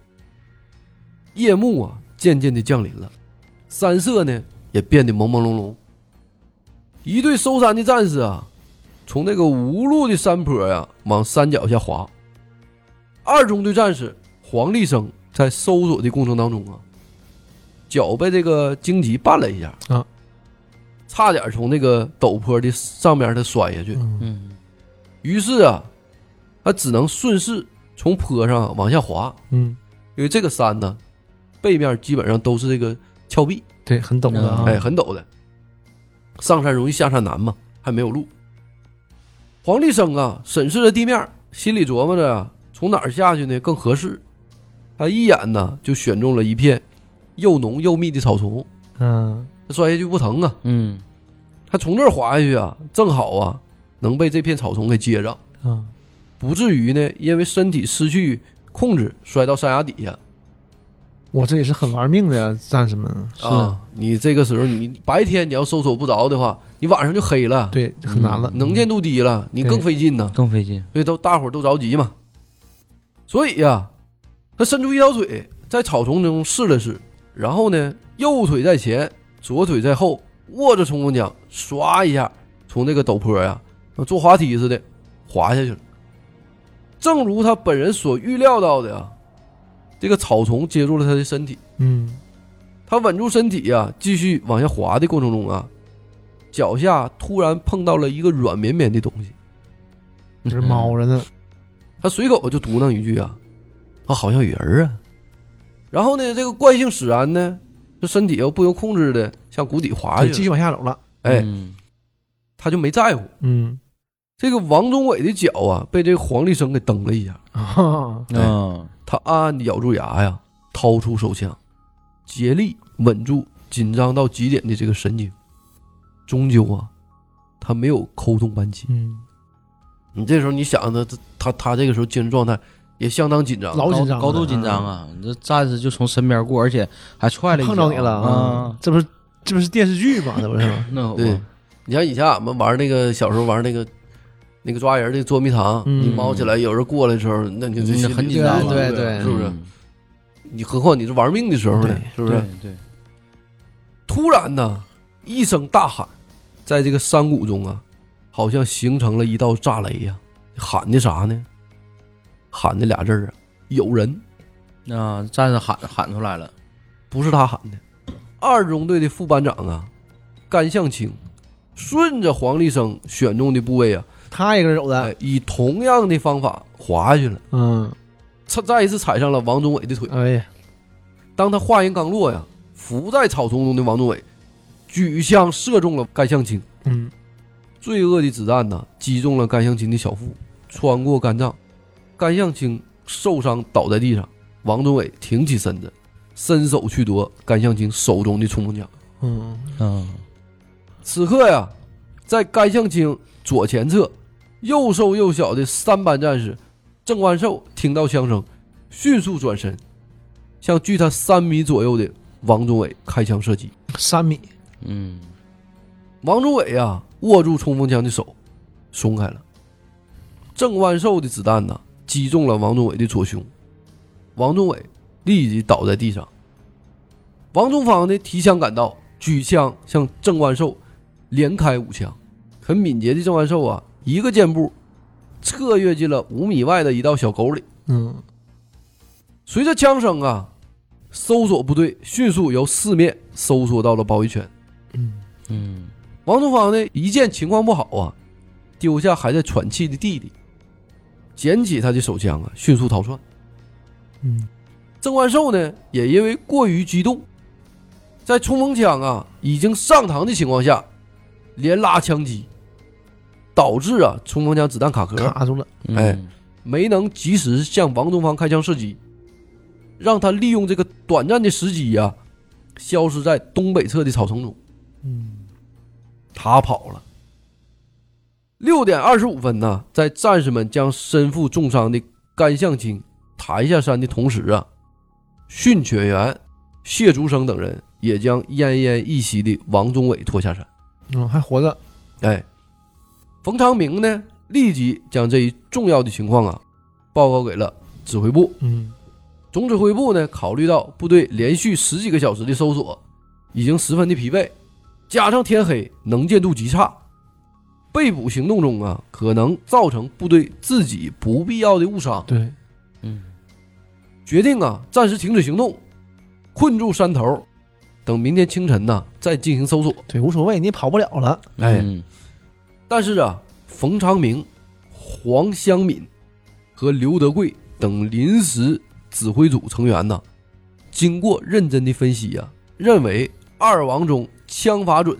[SPEAKER 5] 夜幕啊，渐渐的降临了，山色呢也变得朦朦胧胧。一队搜山的战士啊，从那个无路的山坡呀、往山脚下滑。二中队战士黄立生在搜索的过程当中啊，脚被这个荆棘绊了一下
[SPEAKER 6] 啊，
[SPEAKER 5] 差点从那个陡坡的上面他摔下去。
[SPEAKER 6] 嗯
[SPEAKER 3] 嗯
[SPEAKER 5] 于是啊，他只能顺势从坡上往下滑，
[SPEAKER 6] 嗯，
[SPEAKER 5] 因为这个山呢，背面基本上都是这个峭壁，
[SPEAKER 6] 对，很懂的啊，
[SPEAKER 5] 哎，很陡的，上山容易下山难嘛，还没有路。黄立生啊，审视着地面，心里琢磨着啊从哪儿下去呢更合适。他一眼呢就选中了一片又浓又密的草丛，
[SPEAKER 6] 嗯，
[SPEAKER 5] 他摔下去不疼啊，
[SPEAKER 3] 嗯
[SPEAKER 5] 他从这儿滑下去啊，正好啊能被这片草丛给接上。
[SPEAKER 6] 啊，
[SPEAKER 5] 不至于呢，因为身体失去控制摔到山崖底下
[SPEAKER 6] 我这也是很玩命的呀，战士们，是
[SPEAKER 5] 啊！你这个时候，你白天你要搜索不着的话，你晚上就黑了，
[SPEAKER 6] 对，很难了，
[SPEAKER 5] 能见度低了，你更费劲呢。
[SPEAKER 3] 更费劲。
[SPEAKER 5] 所以都大伙儿都着急嘛。所以呀、他伸出一条腿在草丛中试了试，然后呢，右腿在前，左腿在后，握着冲锋枪，唰一下从那个陡坡呀、坐滑梯似的滑下去了。正如他本人所预料到的啊，这个草丛接住了他的身体。
[SPEAKER 6] 嗯，
[SPEAKER 5] 他稳住身体呀、继续往下滑的过程中啊，脚下突然碰到了一个软绵绵的东西。
[SPEAKER 6] 这是猫着呢，
[SPEAKER 5] 他随口就嘟囔一句啊，啊，好像有人啊。然后呢，这个惯性使然呢，这身体又不由控制的向谷底滑
[SPEAKER 6] 对
[SPEAKER 5] 下
[SPEAKER 6] 继
[SPEAKER 5] 去
[SPEAKER 6] 续
[SPEAKER 5] 了。
[SPEAKER 6] 往下走了，
[SPEAKER 5] 哎，
[SPEAKER 3] 嗯
[SPEAKER 5] 他就没在乎。
[SPEAKER 6] 嗯，
[SPEAKER 5] 这个王宗伟的脚啊，被这个黄立生给蹬了一下，
[SPEAKER 6] 啊，
[SPEAKER 3] 啊
[SPEAKER 5] 他暗暗的咬住牙呀，掏出手枪，竭力稳住紧张到极点的这个神经。终究啊，他没有扣动扳机。
[SPEAKER 6] 嗯，
[SPEAKER 5] 你这时候你想他他他这个时候精神状态也相当紧张，
[SPEAKER 6] 老紧张了，
[SPEAKER 3] 高度紧张啊！你这战士就从身边过，而且还踹了一
[SPEAKER 6] 碰着你
[SPEAKER 3] 脚
[SPEAKER 6] 了
[SPEAKER 3] 啊！，
[SPEAKER 6] 这不是这不是电视剧吗？这不 (laughs) 是，
[SPEAKER 3] 那我
[SPEAKER 5] 对你像以前俺们玩那个小时候玩那个那个抓人的捉迷藏，
[SPEAKER 6] 嗯
[SPEAKER 5] 你猫起来有人过来的时候，那你这
[SPEAKER 3] 嗯
[SPEAKER 5] 心里
[SPEAKER 3] 很紧张
[SPEAKER 6] 对
[SPEAKER 5] 不
[SPEAKER 6] 对
[SPEAKER 5] 是不是？
[SPEAKER 3] 嗯
[SPEAKER 5] 你何况你是玩命的时候呢，是不是？
[SPEAKER 3] 对
[SPEAKER 5] 突然呢，一声大喊，在这个山谷中啊，好像形成了一道炸雷呀、喊的啥呢？喊的俩字儿啊，有人！
[SPEAKER 3] 啊，战士喊喊出来了，
[SPEAKER 5] 不是他喊的。二中队的副班长啊，甘向清，顺着黄立生选中的部位啊，
[SPEAKER 6] 他一个人走的，
[SPEAKER 5] 哎，以同样的方法滑下去了，
[SPEAKER 6] 嗯，
[SPEAKER 5] 他再一次踩上了王宗伟的腿。
[SPEAKER 6] 哎呀，
[SPEAKER 5] 当他话音刚落呀，伏在草丛中的王宗伟举枪射中了甘向清，
[SPEAKER 6] 嗯，
[SPEAKER 5] 罪恶的子弹呢击中了甘向清的小腹，穿过肝脏，甘向清受伤倒在地上。王宗伟挺起身子，伸手去夺甘向清手中的冲锋枪。
[SPEAKER 6] 嗯，
[SPEAKER 3] 嗯，
[SPEAKER 5] 此刻呀，在甘向清左前侧，又瘦又小的三班战士郑万寿听到枪声，迅速转身，向距他三米左右的王宗伟开枪射击。
[SPEAKER 6] 三米，
[SPEAKER 3] 嗯，
[SPEAKER 5] 王宗伟呀，握住冲锋枪的手松开了，郑万寿的子弹呢击中了王宗伟的左胸，王宗伟立即倒在地上。王宗芳呢提枪赶到，举枪向郑万寿连开五枪。很敏捷的郑万寿啊，一个箭步侧跃进了五米外的一道小沟里。
[SPEAKER 6] 嗯，
[SPEAKER 5] 随着枪声啊，搜索部队迅速由四面搜索到了包围圈。
[SPEAKER 3] 嗯，
[SPEAKER 5] 王东芳呢，一见情况不好啊，丢下还在喘气的弟弟，捡起他的手枪啊，迅速逃窜。
[SPEAKER 6] 嗯，
[SPEAKER 5] 郑万寿呢，也因为过于激动，在冲锋枪啊已经上膛的情况下，连拉枪击，导致啊冲锋枪子弹卡壳，
[SPEAKER 6] 卡住了，
[SPEAKER 3] 嗯
[SPEAKER 5] 哎，没能及时向王东方开枪射击，让他利用这个短暂的时机呀、啊消失在东北侧的草丛中。
[SPEAKER 6] 嗯，
[SPEAKER 5] 他跑了。六点二十五分呢，在战士们将身负重伤的甘向清抬下山的同时啊，训犬员谢竹生等人也将奄奄一息的王宗伟拖下山。
[SPEAKER 6] 嗯，还活着，
[SPEAKER 5] 哎，冯长明呢，立即将这一重要的情况啊，报告给了指挥部。
[SPEAKER 6] 嗯，
[SPEAKER 5] 总指挥部呢，考虑到部队连续十几个小时的搜索，已经十分的疲惫，加上天黑，能见度极差，被捕行动中啊，可能造成部队自己不必要的误伤，
[SPEAKER 6] 对，
[SPEAKER 3] 嗯
[SPEAKER 5] 决定啊，暂时停止行动，困住山头，等明天清晨呢、再进行搜索。
[SPEAKER 6] 对，无所谓，你跑不了了，
[SPEAKER 5] 哎
[SPEAKER 3] 嗯
[SPEAKER 5] 但是啊，冯长明、黄湘敏和刘德贵等临时指挥组成员呢，经过认真的分析啊，认为二王中枪法准、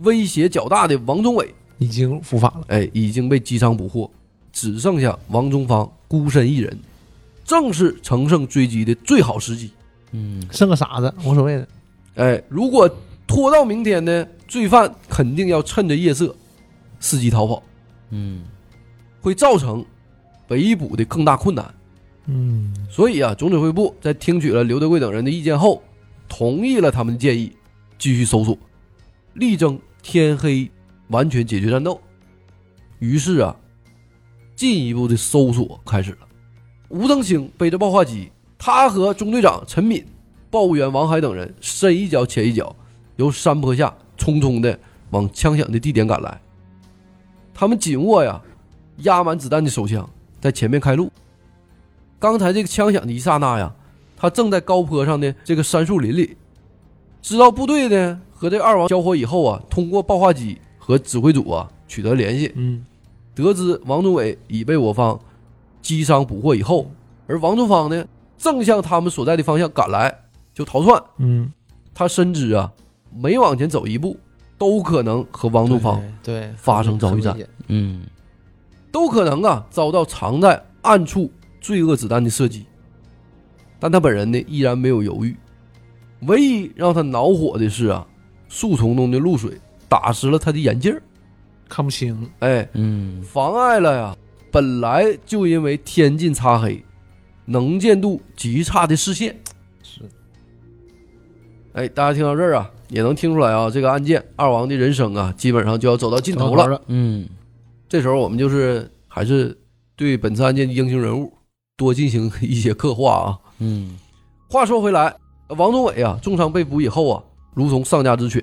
[SPEAKER 5] 威胁较大的王宗伟，
[SPEAKER 6] 已经伏法了，
[SPEAKER 5] 哎，已经被击伤捕获，只剩下王宗芳孤身一人，正是乘胜追击的最好时机。
[SPEAKER 3] 嗯
[SPEAKER 6] 剩个傻子，无所谓的，
[SPEAKER 5] 哎，如果拖到明天呢，罪犯肯定要趁着夜色伺机逃跑。
[SPEAKER 3] 嗯
[SPEAKER 5] 会造成围捕的更大困难。
[SPEAKER 6] 嗯，
[SPEAKER 5] 所以啊，总指挥部在听取了刘德贵等人的意见后，同意了他们的建议，继续搜索，力争天黑完全解决战斗。于是啊，进一步的搜索开始了。吴登兴背着爆话机，他和中队长陈敏、报务员王海等人深一脚浅一脚，由山坡下匆匆的往枪响的地点赶来。他们紧握呀压满子弹的手枪，在前面开路。刚才这个枪响的一刹那呀，他正在高坡上的这个杉树林里，知道部队呢和这二王交火以后啊，通过报话机和指挥组啊取得联系，
[SPEAKER 6] 嗯，
[SPEAKER 5] 得知王宗伟已被我方击伤捕获以后，啊而王宗芳呢正向他们所在的方向赶来，就逃窜。
[SPEAKER 6] 嗯，
[SPEAKER 5] 他深知啊，每往前走一步，都可能和王宗芳
[SPEAKER 6] 对
[SPEAKER 5] 发生遭遇战，
[SPEAKER 3] 嗯
[SPEAKER 5] 都可能啊遭到藏在暗处罪恶子弹的射击。但他本人呢，依然没有犹豫。唯一让他恼火的是啊，树丛中的露水打湿了他的眼镜儿，
[SPEAKER 6] 看不清，
[SPEAKER 5] 哎，
[SPEAKER 3] 嗯
[SPEAKER 5] 妨碍了呀。本来就因为天近擦黑，能见度极差的视线。
[SPEAKER 6] 是，
[SPEAKER 5] 哎，大家听到这儿啊，也能听出来啊，这个案件二王的人生啊，基本上就要走到尽头了。
[SPEAKER 3] 嗯
[SPEAKER 5] 这时候我们就是还是对本次案件的英雄人物多进行一些刻画啊。
[SPEAKER 3] 嗯
[SPEAKER 5] 话说回来，王宗伟啊，重伤被捕以后啊，如同丧家之犬，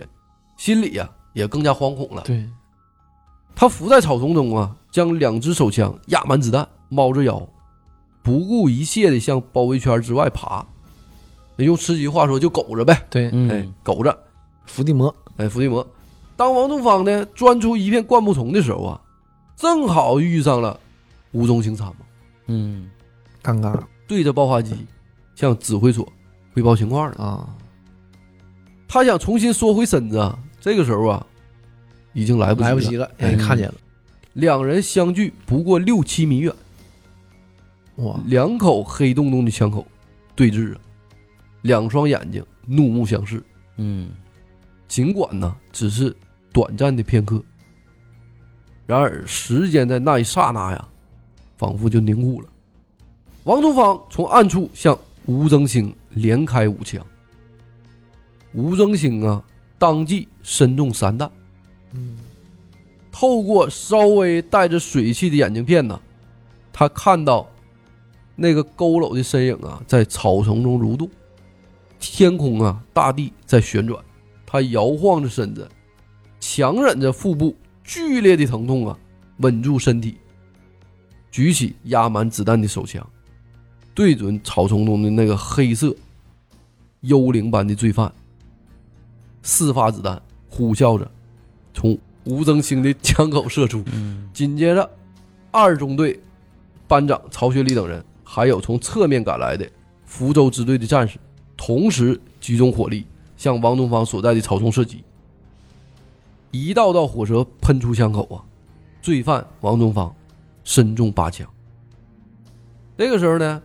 [SPEAKER 5] 心里呀、啊也更加惶恐了。
[SPEAKER 6] 对，
[SPEAKER 5] 他伏在草丛中啊，将两只手枪压满子弹，猫着腰，不顾一切的向包围圈之外爬，用吃鸡话说就苟着呗，
[SPEAKER 6] 对，
[SPEAKER 5] 哎
[SPEAKER 3] 嗯，，
[SPEAKER 5] 苟着。
[SPEAKER 4] 伏地魔，
[SPEAKER 5] 哎，伏地魔。当王东方呢钻出一片灌木丛的时候啊，正好遇上了无中青参谋，
[SPEAKER 3] 嗯，
[SPEAKER 4] 尴尬
[SPEAKER 5] 对着爆发机向指挥所汇报情况了。
[SPEAKER 4] 啊！
[SPEAKER 5] 他想重新缩回身子啊，这个时候啊，已经来不及
[SPEAKER 4] 来不
[SPEAKER 5] 了
[SPEAKER 4] 及了，哎，
[SPEAKER 3] 嗯
[SPEAKER 4] 看见了，
[SPEAKER 5] 两人相距不过六七米远，
[SPEAKER 4] 哇，
[SPEAKER 5] 两口黑洞洞的枪口对峙啊，两双眼睛怒目相视。
[SPEAKER 3] 嗯，
[SPEAKER 5] 尽管呢只是短暂的片刻，然而时间在那一刹那呀，仿佛就凝固了。王东方从暗处向吴增兴连开五枪，吴增兴啊当即身中三弹，
[SPEAKER 4] 嗯，
[SPEAKER 5] 透过稍微带着水汽的眼镜片呢，他看到那个佝偻的身影啊，在草丛中蠕动，天空啊，大地在旋转，他摇晃着身子，强忍着腹部剧烈的疼痛啊，稳住身体，举起压满子弹的手枪，对准草丛中的那个黑色幽灵般的罪犯，四发子弹呼啸着从吴增兴的枪口射出。紧接着，二中队班长曹学礼等人，还有从侧面赶来的福州支队的战士，同时集中火力向王东方所在的草丛射击。一道道火舌喷出枪口啊！罪犯王东方身中八枪。这个时候呢，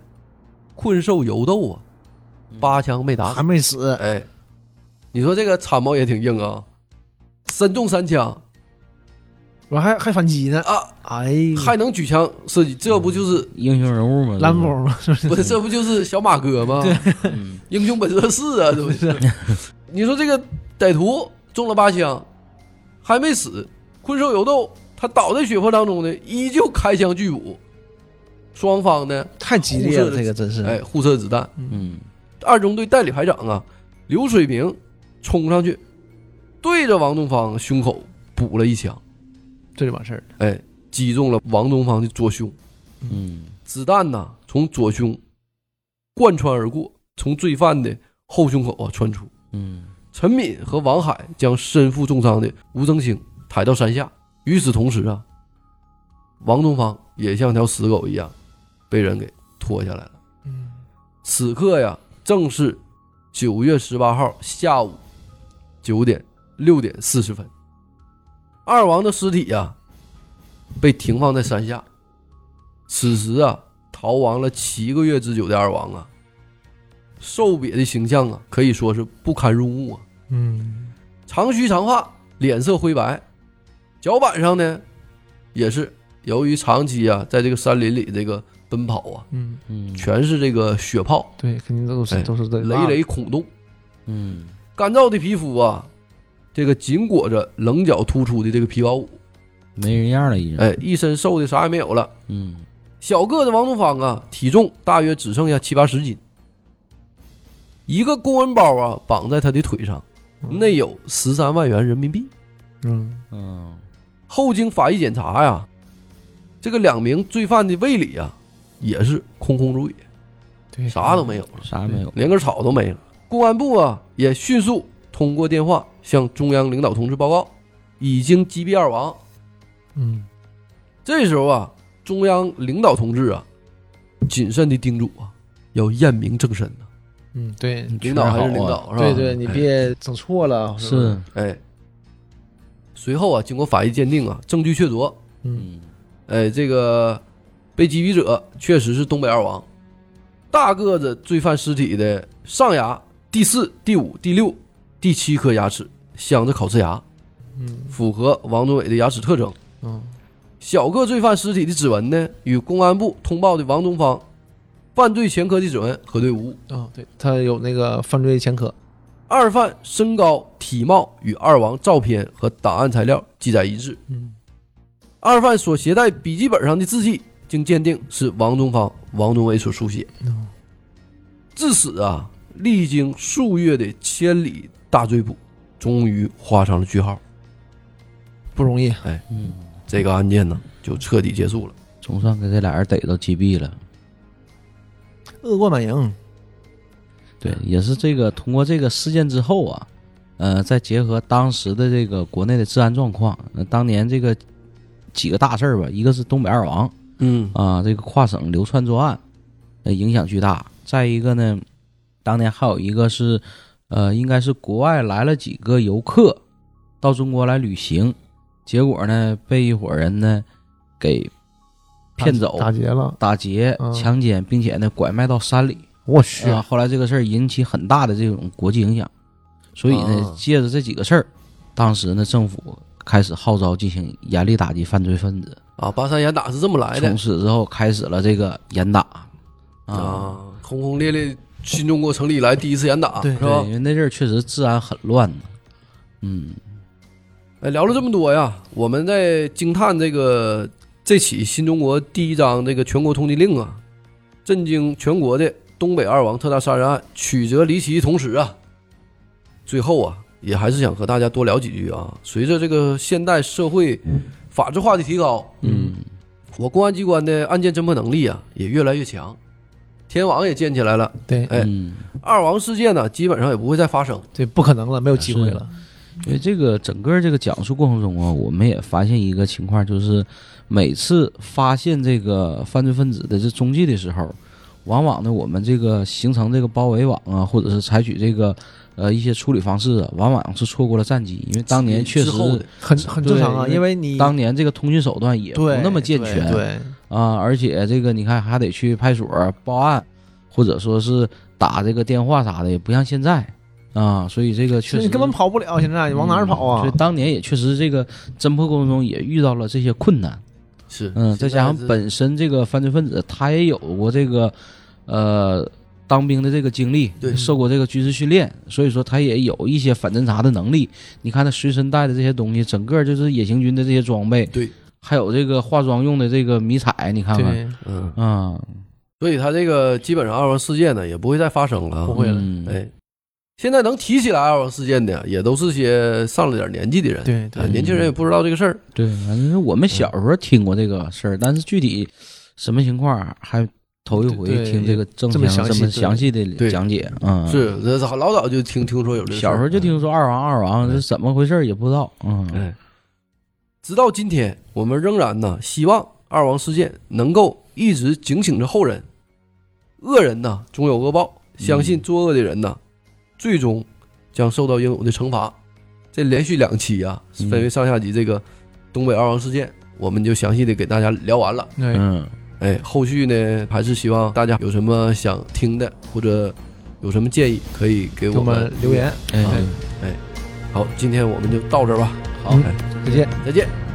[SPEAKER 5] 困兽犹斗啊，八枪没打
[SPEAKER 6] 还
[SPEAKER 5] 死。
[SPEAKER 6] 没死，
[SPEAKER 5] (laughs) 哎，你说这个参谋也挺硬啊，身中三枪，
[SPEAKER 4] 完还还反击呢，
[SPEAKER 5] 啊，
[SPEAKER 4] 哎
[SPEAKER 6] 嗯
[SPEAKER 4] 呀，
[SPEAKER 5] 还能举枪射击，这不就是
[SPEAKER 3] 英雄人物嘛，
[SPEAKER 6] 兰博嘛，是不是？
[SPEAKER 5] 不是这不就是小马哥吗？
[SPEAKER 3] 这不是，嗯
[SPEAKER 5] 英雄本色四啊，这不是？你说这个歹徒中了八枪，还没死，困兽犹斗，他倒在血泊当中呢，依旧开枪拒捕。双方呢，
[SPEAKER 6] (laughs) 太激烈
[SPEAKER 5] 互
[SPEAKER 6] 了，
[SPEAKER 5] 射
[SPEAKER 6] 这个真是。
[SPEAKER 5] 哎，互射子弹。
[SPEAKER 3] 嗯
[SPEAKER 5] 二中队代理排长啊，刘水平冲上去，对着王东方胸口补了一枪，
[SPEAKER 6] 这就完事儿了。
[SPEAKER 5] 哎，击中了王东方的左胸。
[SPEAKER 3] 嗯
[SPEAKER 5] 子弹呐从左胸贯穿而过，从罪犯的后胸口啊穿出。
[SPEAKER 3] 嗯
[SPEAKER 5] 陈敏和王海将身负重伤的吴增兴抬到山下。与此同时啊，王东方也像条死狗一样被人给拖下来了。此刻呀，正是九月十八号下午九点六点四十分，二王的尸体呀、被停放在山下。此时啊，逃亡了七个月之久的二王啊，瘦瘪的形象啊，可以说是不堪入目啊。
[SPEAKER 6] 嗯，
[SPEAKER 5] 长须长发，脸色灰白，脚板上呢也是由于长期啊在这个山林里这个奔跑啊，
[SPEAKER 6] 嗯，
[SPEAKER 3] 嗯
[SPEAKER 5] 全是这个血泡，
[SPEAKER 6] 对，肯定都
[SPEAKER 5] 哎
[SPEAKER 6] 是都是这个
[SPEAKER 5] 累累孔洞，
[SPEAKER 3] 嗯
[SPEAKER 5] 干燥的皮肤啊，这个紧裹着棱角突出的这个皮包骨，
[SPEAKER 3] 没人样了，已经，
[SPEAKER 5] 哎，一身瘦的啥也没有了。
[SPEAKER 3] 嗯
[SPEAKER 5] 小个子王东方啊，体重大约只剩下七八十斤，一个公文包啊绑在他的腿上，内有十三万元人民币。
[SPEAKER 6] 嗯，
[SPEAKER 3] 嗯
[SPEAKER 5] 后经法医检查呀，这个两名罪犯的胃里啊也是空空如也，
[SPEAKER 6] 对，
[SPEAKER 5] 啥都没有了，
[SPEAKER 3] 啥也没有，
[SPEAKER 5] 连根草都没了。公安部啊也迅速通过电话向中央领导同志报告，已经击毙二王。
[SPEAKER 6] 嗯，
[SPEAKER 5] 这时候啊，中央领导同志啊谨慎的叮嘱啊，要验明正身呐、
[SPEAKER 6] 嗯，对，
[SPEAKER 5] 领导还是领导，是吧？
[SPEAKER 6] 对对，你别整错了。吧
[SPEAKER 3] 是，
[SPEAKER 5] 哎。随后啊，经过法医鉴定啊，证据确凿，
[SPEAKER 3] 嗯
[SPEAKER 5] 哎，这个被击毙者确实是东北二王，大个子罪犯尸体的上牙第四、第五、第六、第七颗牙齿镶着烤瓷牙，
[SPEAKER 6] 嗯
[SPEAKER 5] 符合王宗伟的牙齿特征。
[SPEAKER 6] 嗯，
[SPEAKER 5] 小个罪犯尸体的指纹呢，与公安部通报的王东方犯罪前科的指纹核对无误。
[SPEAKER 6] 哦，对他有那个犯罪前科。
[SPEAKER 5] 二犯身高、体貌与二王照片和档案材料记载一致。
[SPEAKER 6] 嗯，
[SPEAKER 5] 二犯所携带笔记本上的字迹，经鉴定是王中方、王中伟所书写。
[SPEAKER 6] 嗯
[SPEAKER 5] 至此啊，历经数月的千里大追捕，终于画上了句号。
[SPEAKER 6] 不容易。
[SPEAKER 3] 嗯，
[SPEAKER 5] 这个案件呢，就彻底结束了。
[SPEAKER 3] 总算给这俩人逮着击毙了，
[SPEAKER 4] 恶贯满盈。
[SPEAKER 3] 对，也是这个通过这个事件之后啊，呃，再结合当时的这个国内的治安状况，那当年这个几个大事儿吧，一个是东北二王
[SPEAKER 5] 嗯
[SPEAKER 3] 啊、这个跨省流窜作案，呃，影响巨大。再一个呢，当年还有一个是，呃，应该是国外来了几个游客到中国来旅行，结果呢被一伙人呢给骗走、
[SPEAKER 6] 打劫了，
[SPEAKER 3] 打劫、
[SPEAKER 6] 嗯
[SPEAKER 3] 强奸，并且呢拐卖到山里。
[SPEAKER 6] 我去，
[SPEAKER 3] 啊，后来这个事儿引起很大的这种国际影响，所以呢
[SPEAKER 6] 嗯
[SPEAKER 5] 啊，
[SPEAKER 3] 借着这几个事儿，当时呢政府开始号召进行严厉打击犯罪分子，
[SPEAKER 5] 啊，八三严打是这么来的
[SPEAKER 3] 从此之后开始了这个严打啊，
[SPEAKER 5] 啊，轰轰烈烈，新中国成立以来第一次严打，
[SPEAKER 4] 对
[SPEAKER 5] 是吧
[SPEAKER 3] 对，？因为那阵儿确实治安很乱呢，嗯，
[SPEAKER 5] 哎，聊了这么多呀，我们在惊叹这个这起新中国第一张这个全国通缉令啊，震惊全国的东北二王特大杀人案曲折离奇，同时啊，最后啊，也还是想和大家多聊几句啊。随着这个现代社会法制化的提高，
[SPEAKER 3] 嗯，
[SPEAKER 5] 我公安机关的案件侦破能力啊也越来越强，天网也建起来了，
[SPEAKER 4] 对
[SPEAKER 5] 哎
[SPEAKER 3] 嗯
[SPEAKER 5] 二王事件呢基本上也不会再发生。
[SPEAKER 4] 对，不可能了，没有机会了。
[SPEAKER 3] 因为这个整个这个讲述过程中啊，我们也发现一个情况，就是每次发现这个犯罪分子的这踪迹的时候，往往呢，我们这个形成这个包围网啊，或者是采取这个呃一些处理方式啊，往往是错过了战机，因为当年确实
[SPEAKER 5] 之后的
[SPEAKER 4] 很很正常啊，
[SPEAKER 3] 对
[SPEAKER 4] 因为你
[SPEAKER 3] 当年这个通讯手段也不
[SPEAKER 4] 对
[SPEAKER 3] 那么健
[SPEAKER 4] 对
[SPEAKER 3] 全，
[SPEAKER 4] 对，
[SPEAKER 3] 啊，而且这个你看还得去派出所报案，或者说是打这个电话啥的，也不像现在啊，所以这个确
[SPEAKER 4] 所以
[SPEAKER 3] 实嗯
[SPEAKER 4] 你根本跑不了，现在你往哪儿跑
[SPEAKER 3] 所
[SPEAKER 4] 啊
[SPEAKER 3] 以？当年也确实这个侦破过程中也遇到了这些困难，
[SPEAKER 5] 是
[SPEAKER 3] 嗯，再加上
[SPEAKER 5] 现在是
[SPEAKER 3] 本身这个犯罪分子他也有过这个，呃，当兵的这个经历，
[SPEAKER 5] 对
[SPEAKER 3] 受过这个军事训练，所以说他也有一些反侦查的能力。你看他随身带的这些东西，整个就是野行军的这些装备，
[SPEAKER 5] 对，
[SPEAKER 3] 还有这个化妆用的这个迷彩，你看看，
[SPEAKER 4] 对，
[SPEAKER 5] 嗯。
[SPEAKER 3] 啊，
[SPEAKER 5] 所以他这个基本上二王事件呢也不会再发生了啊，
[SPEAKER 4] 不会了
[SPEAKER 3] 嗯
[SPEAKER 5] 哎，现在能提起来二王事件的也都是些上了点年纪的人，
[SPEAKER 4] 对对
[SPEAKER 5] 啊，年轻人也不知道这个事儿。
[SPEAKER 3] 对，反正是我们小时候听过这个事儿，但是具体什么情况还头一回
[SPEAKER 4] 对对
[SPEAKER 3] 听这个正
[SPEAKER 4] 这
[SPEAKER 3] 详
[SPEAKER 4] 么详细
[SPEAKER 3] 这么
[SPEAKER 4] 对
[SPEAKER 3] 详细的
[SPEAKER 5] 对
[SPEAKER 3] 讲解啊。
[SPEAKER 5] 是，这这老早就听听说有这个事儿
[SPEAKER 3] 小时候就听说二王二王这怎么回事儿也不知道，嗯
[SPEAKER 5] 哎，直到今天，我们仍然呢希望二王事件能够一直警醒着后人，恶人呢终有恶报，相信作恶的人呢，最终将受到应有的惩罚。这连续两期啊，
[SPEAKER 3] 嗯
[SPEAKER 5] 分为上下集，这个东北二王事件，我们就详细的给大家聊完了。
[SPEAKER 4] 对
[SPEAKER 3] 嗯，
[SPEAKER 5] 哎，后续呢，还是希望大家有什么想听的，或者有什么建议，可以
[SPEAKER 4] 给
[SPEAKER 5] 给
[SPEAKER 4] 我
[SPEAKER 5] 我
[SPEAKER 4] 们
[SPEAKER 5] 们
[SPEAKER 4] 留。言，
[SPEAKER 3] 哎
[SPEAKER 5] 好，今天我们就到这儿吧，
[SPEAKER 4] 好
[SPEAKER 5] 哎，
[SPEAKER 4] 嗯
[SPEAKER 6] 嗯
[SPEAKER 4] 再见。
[SPEAKER 5] 再见。
[SPEAKER 3] 嗯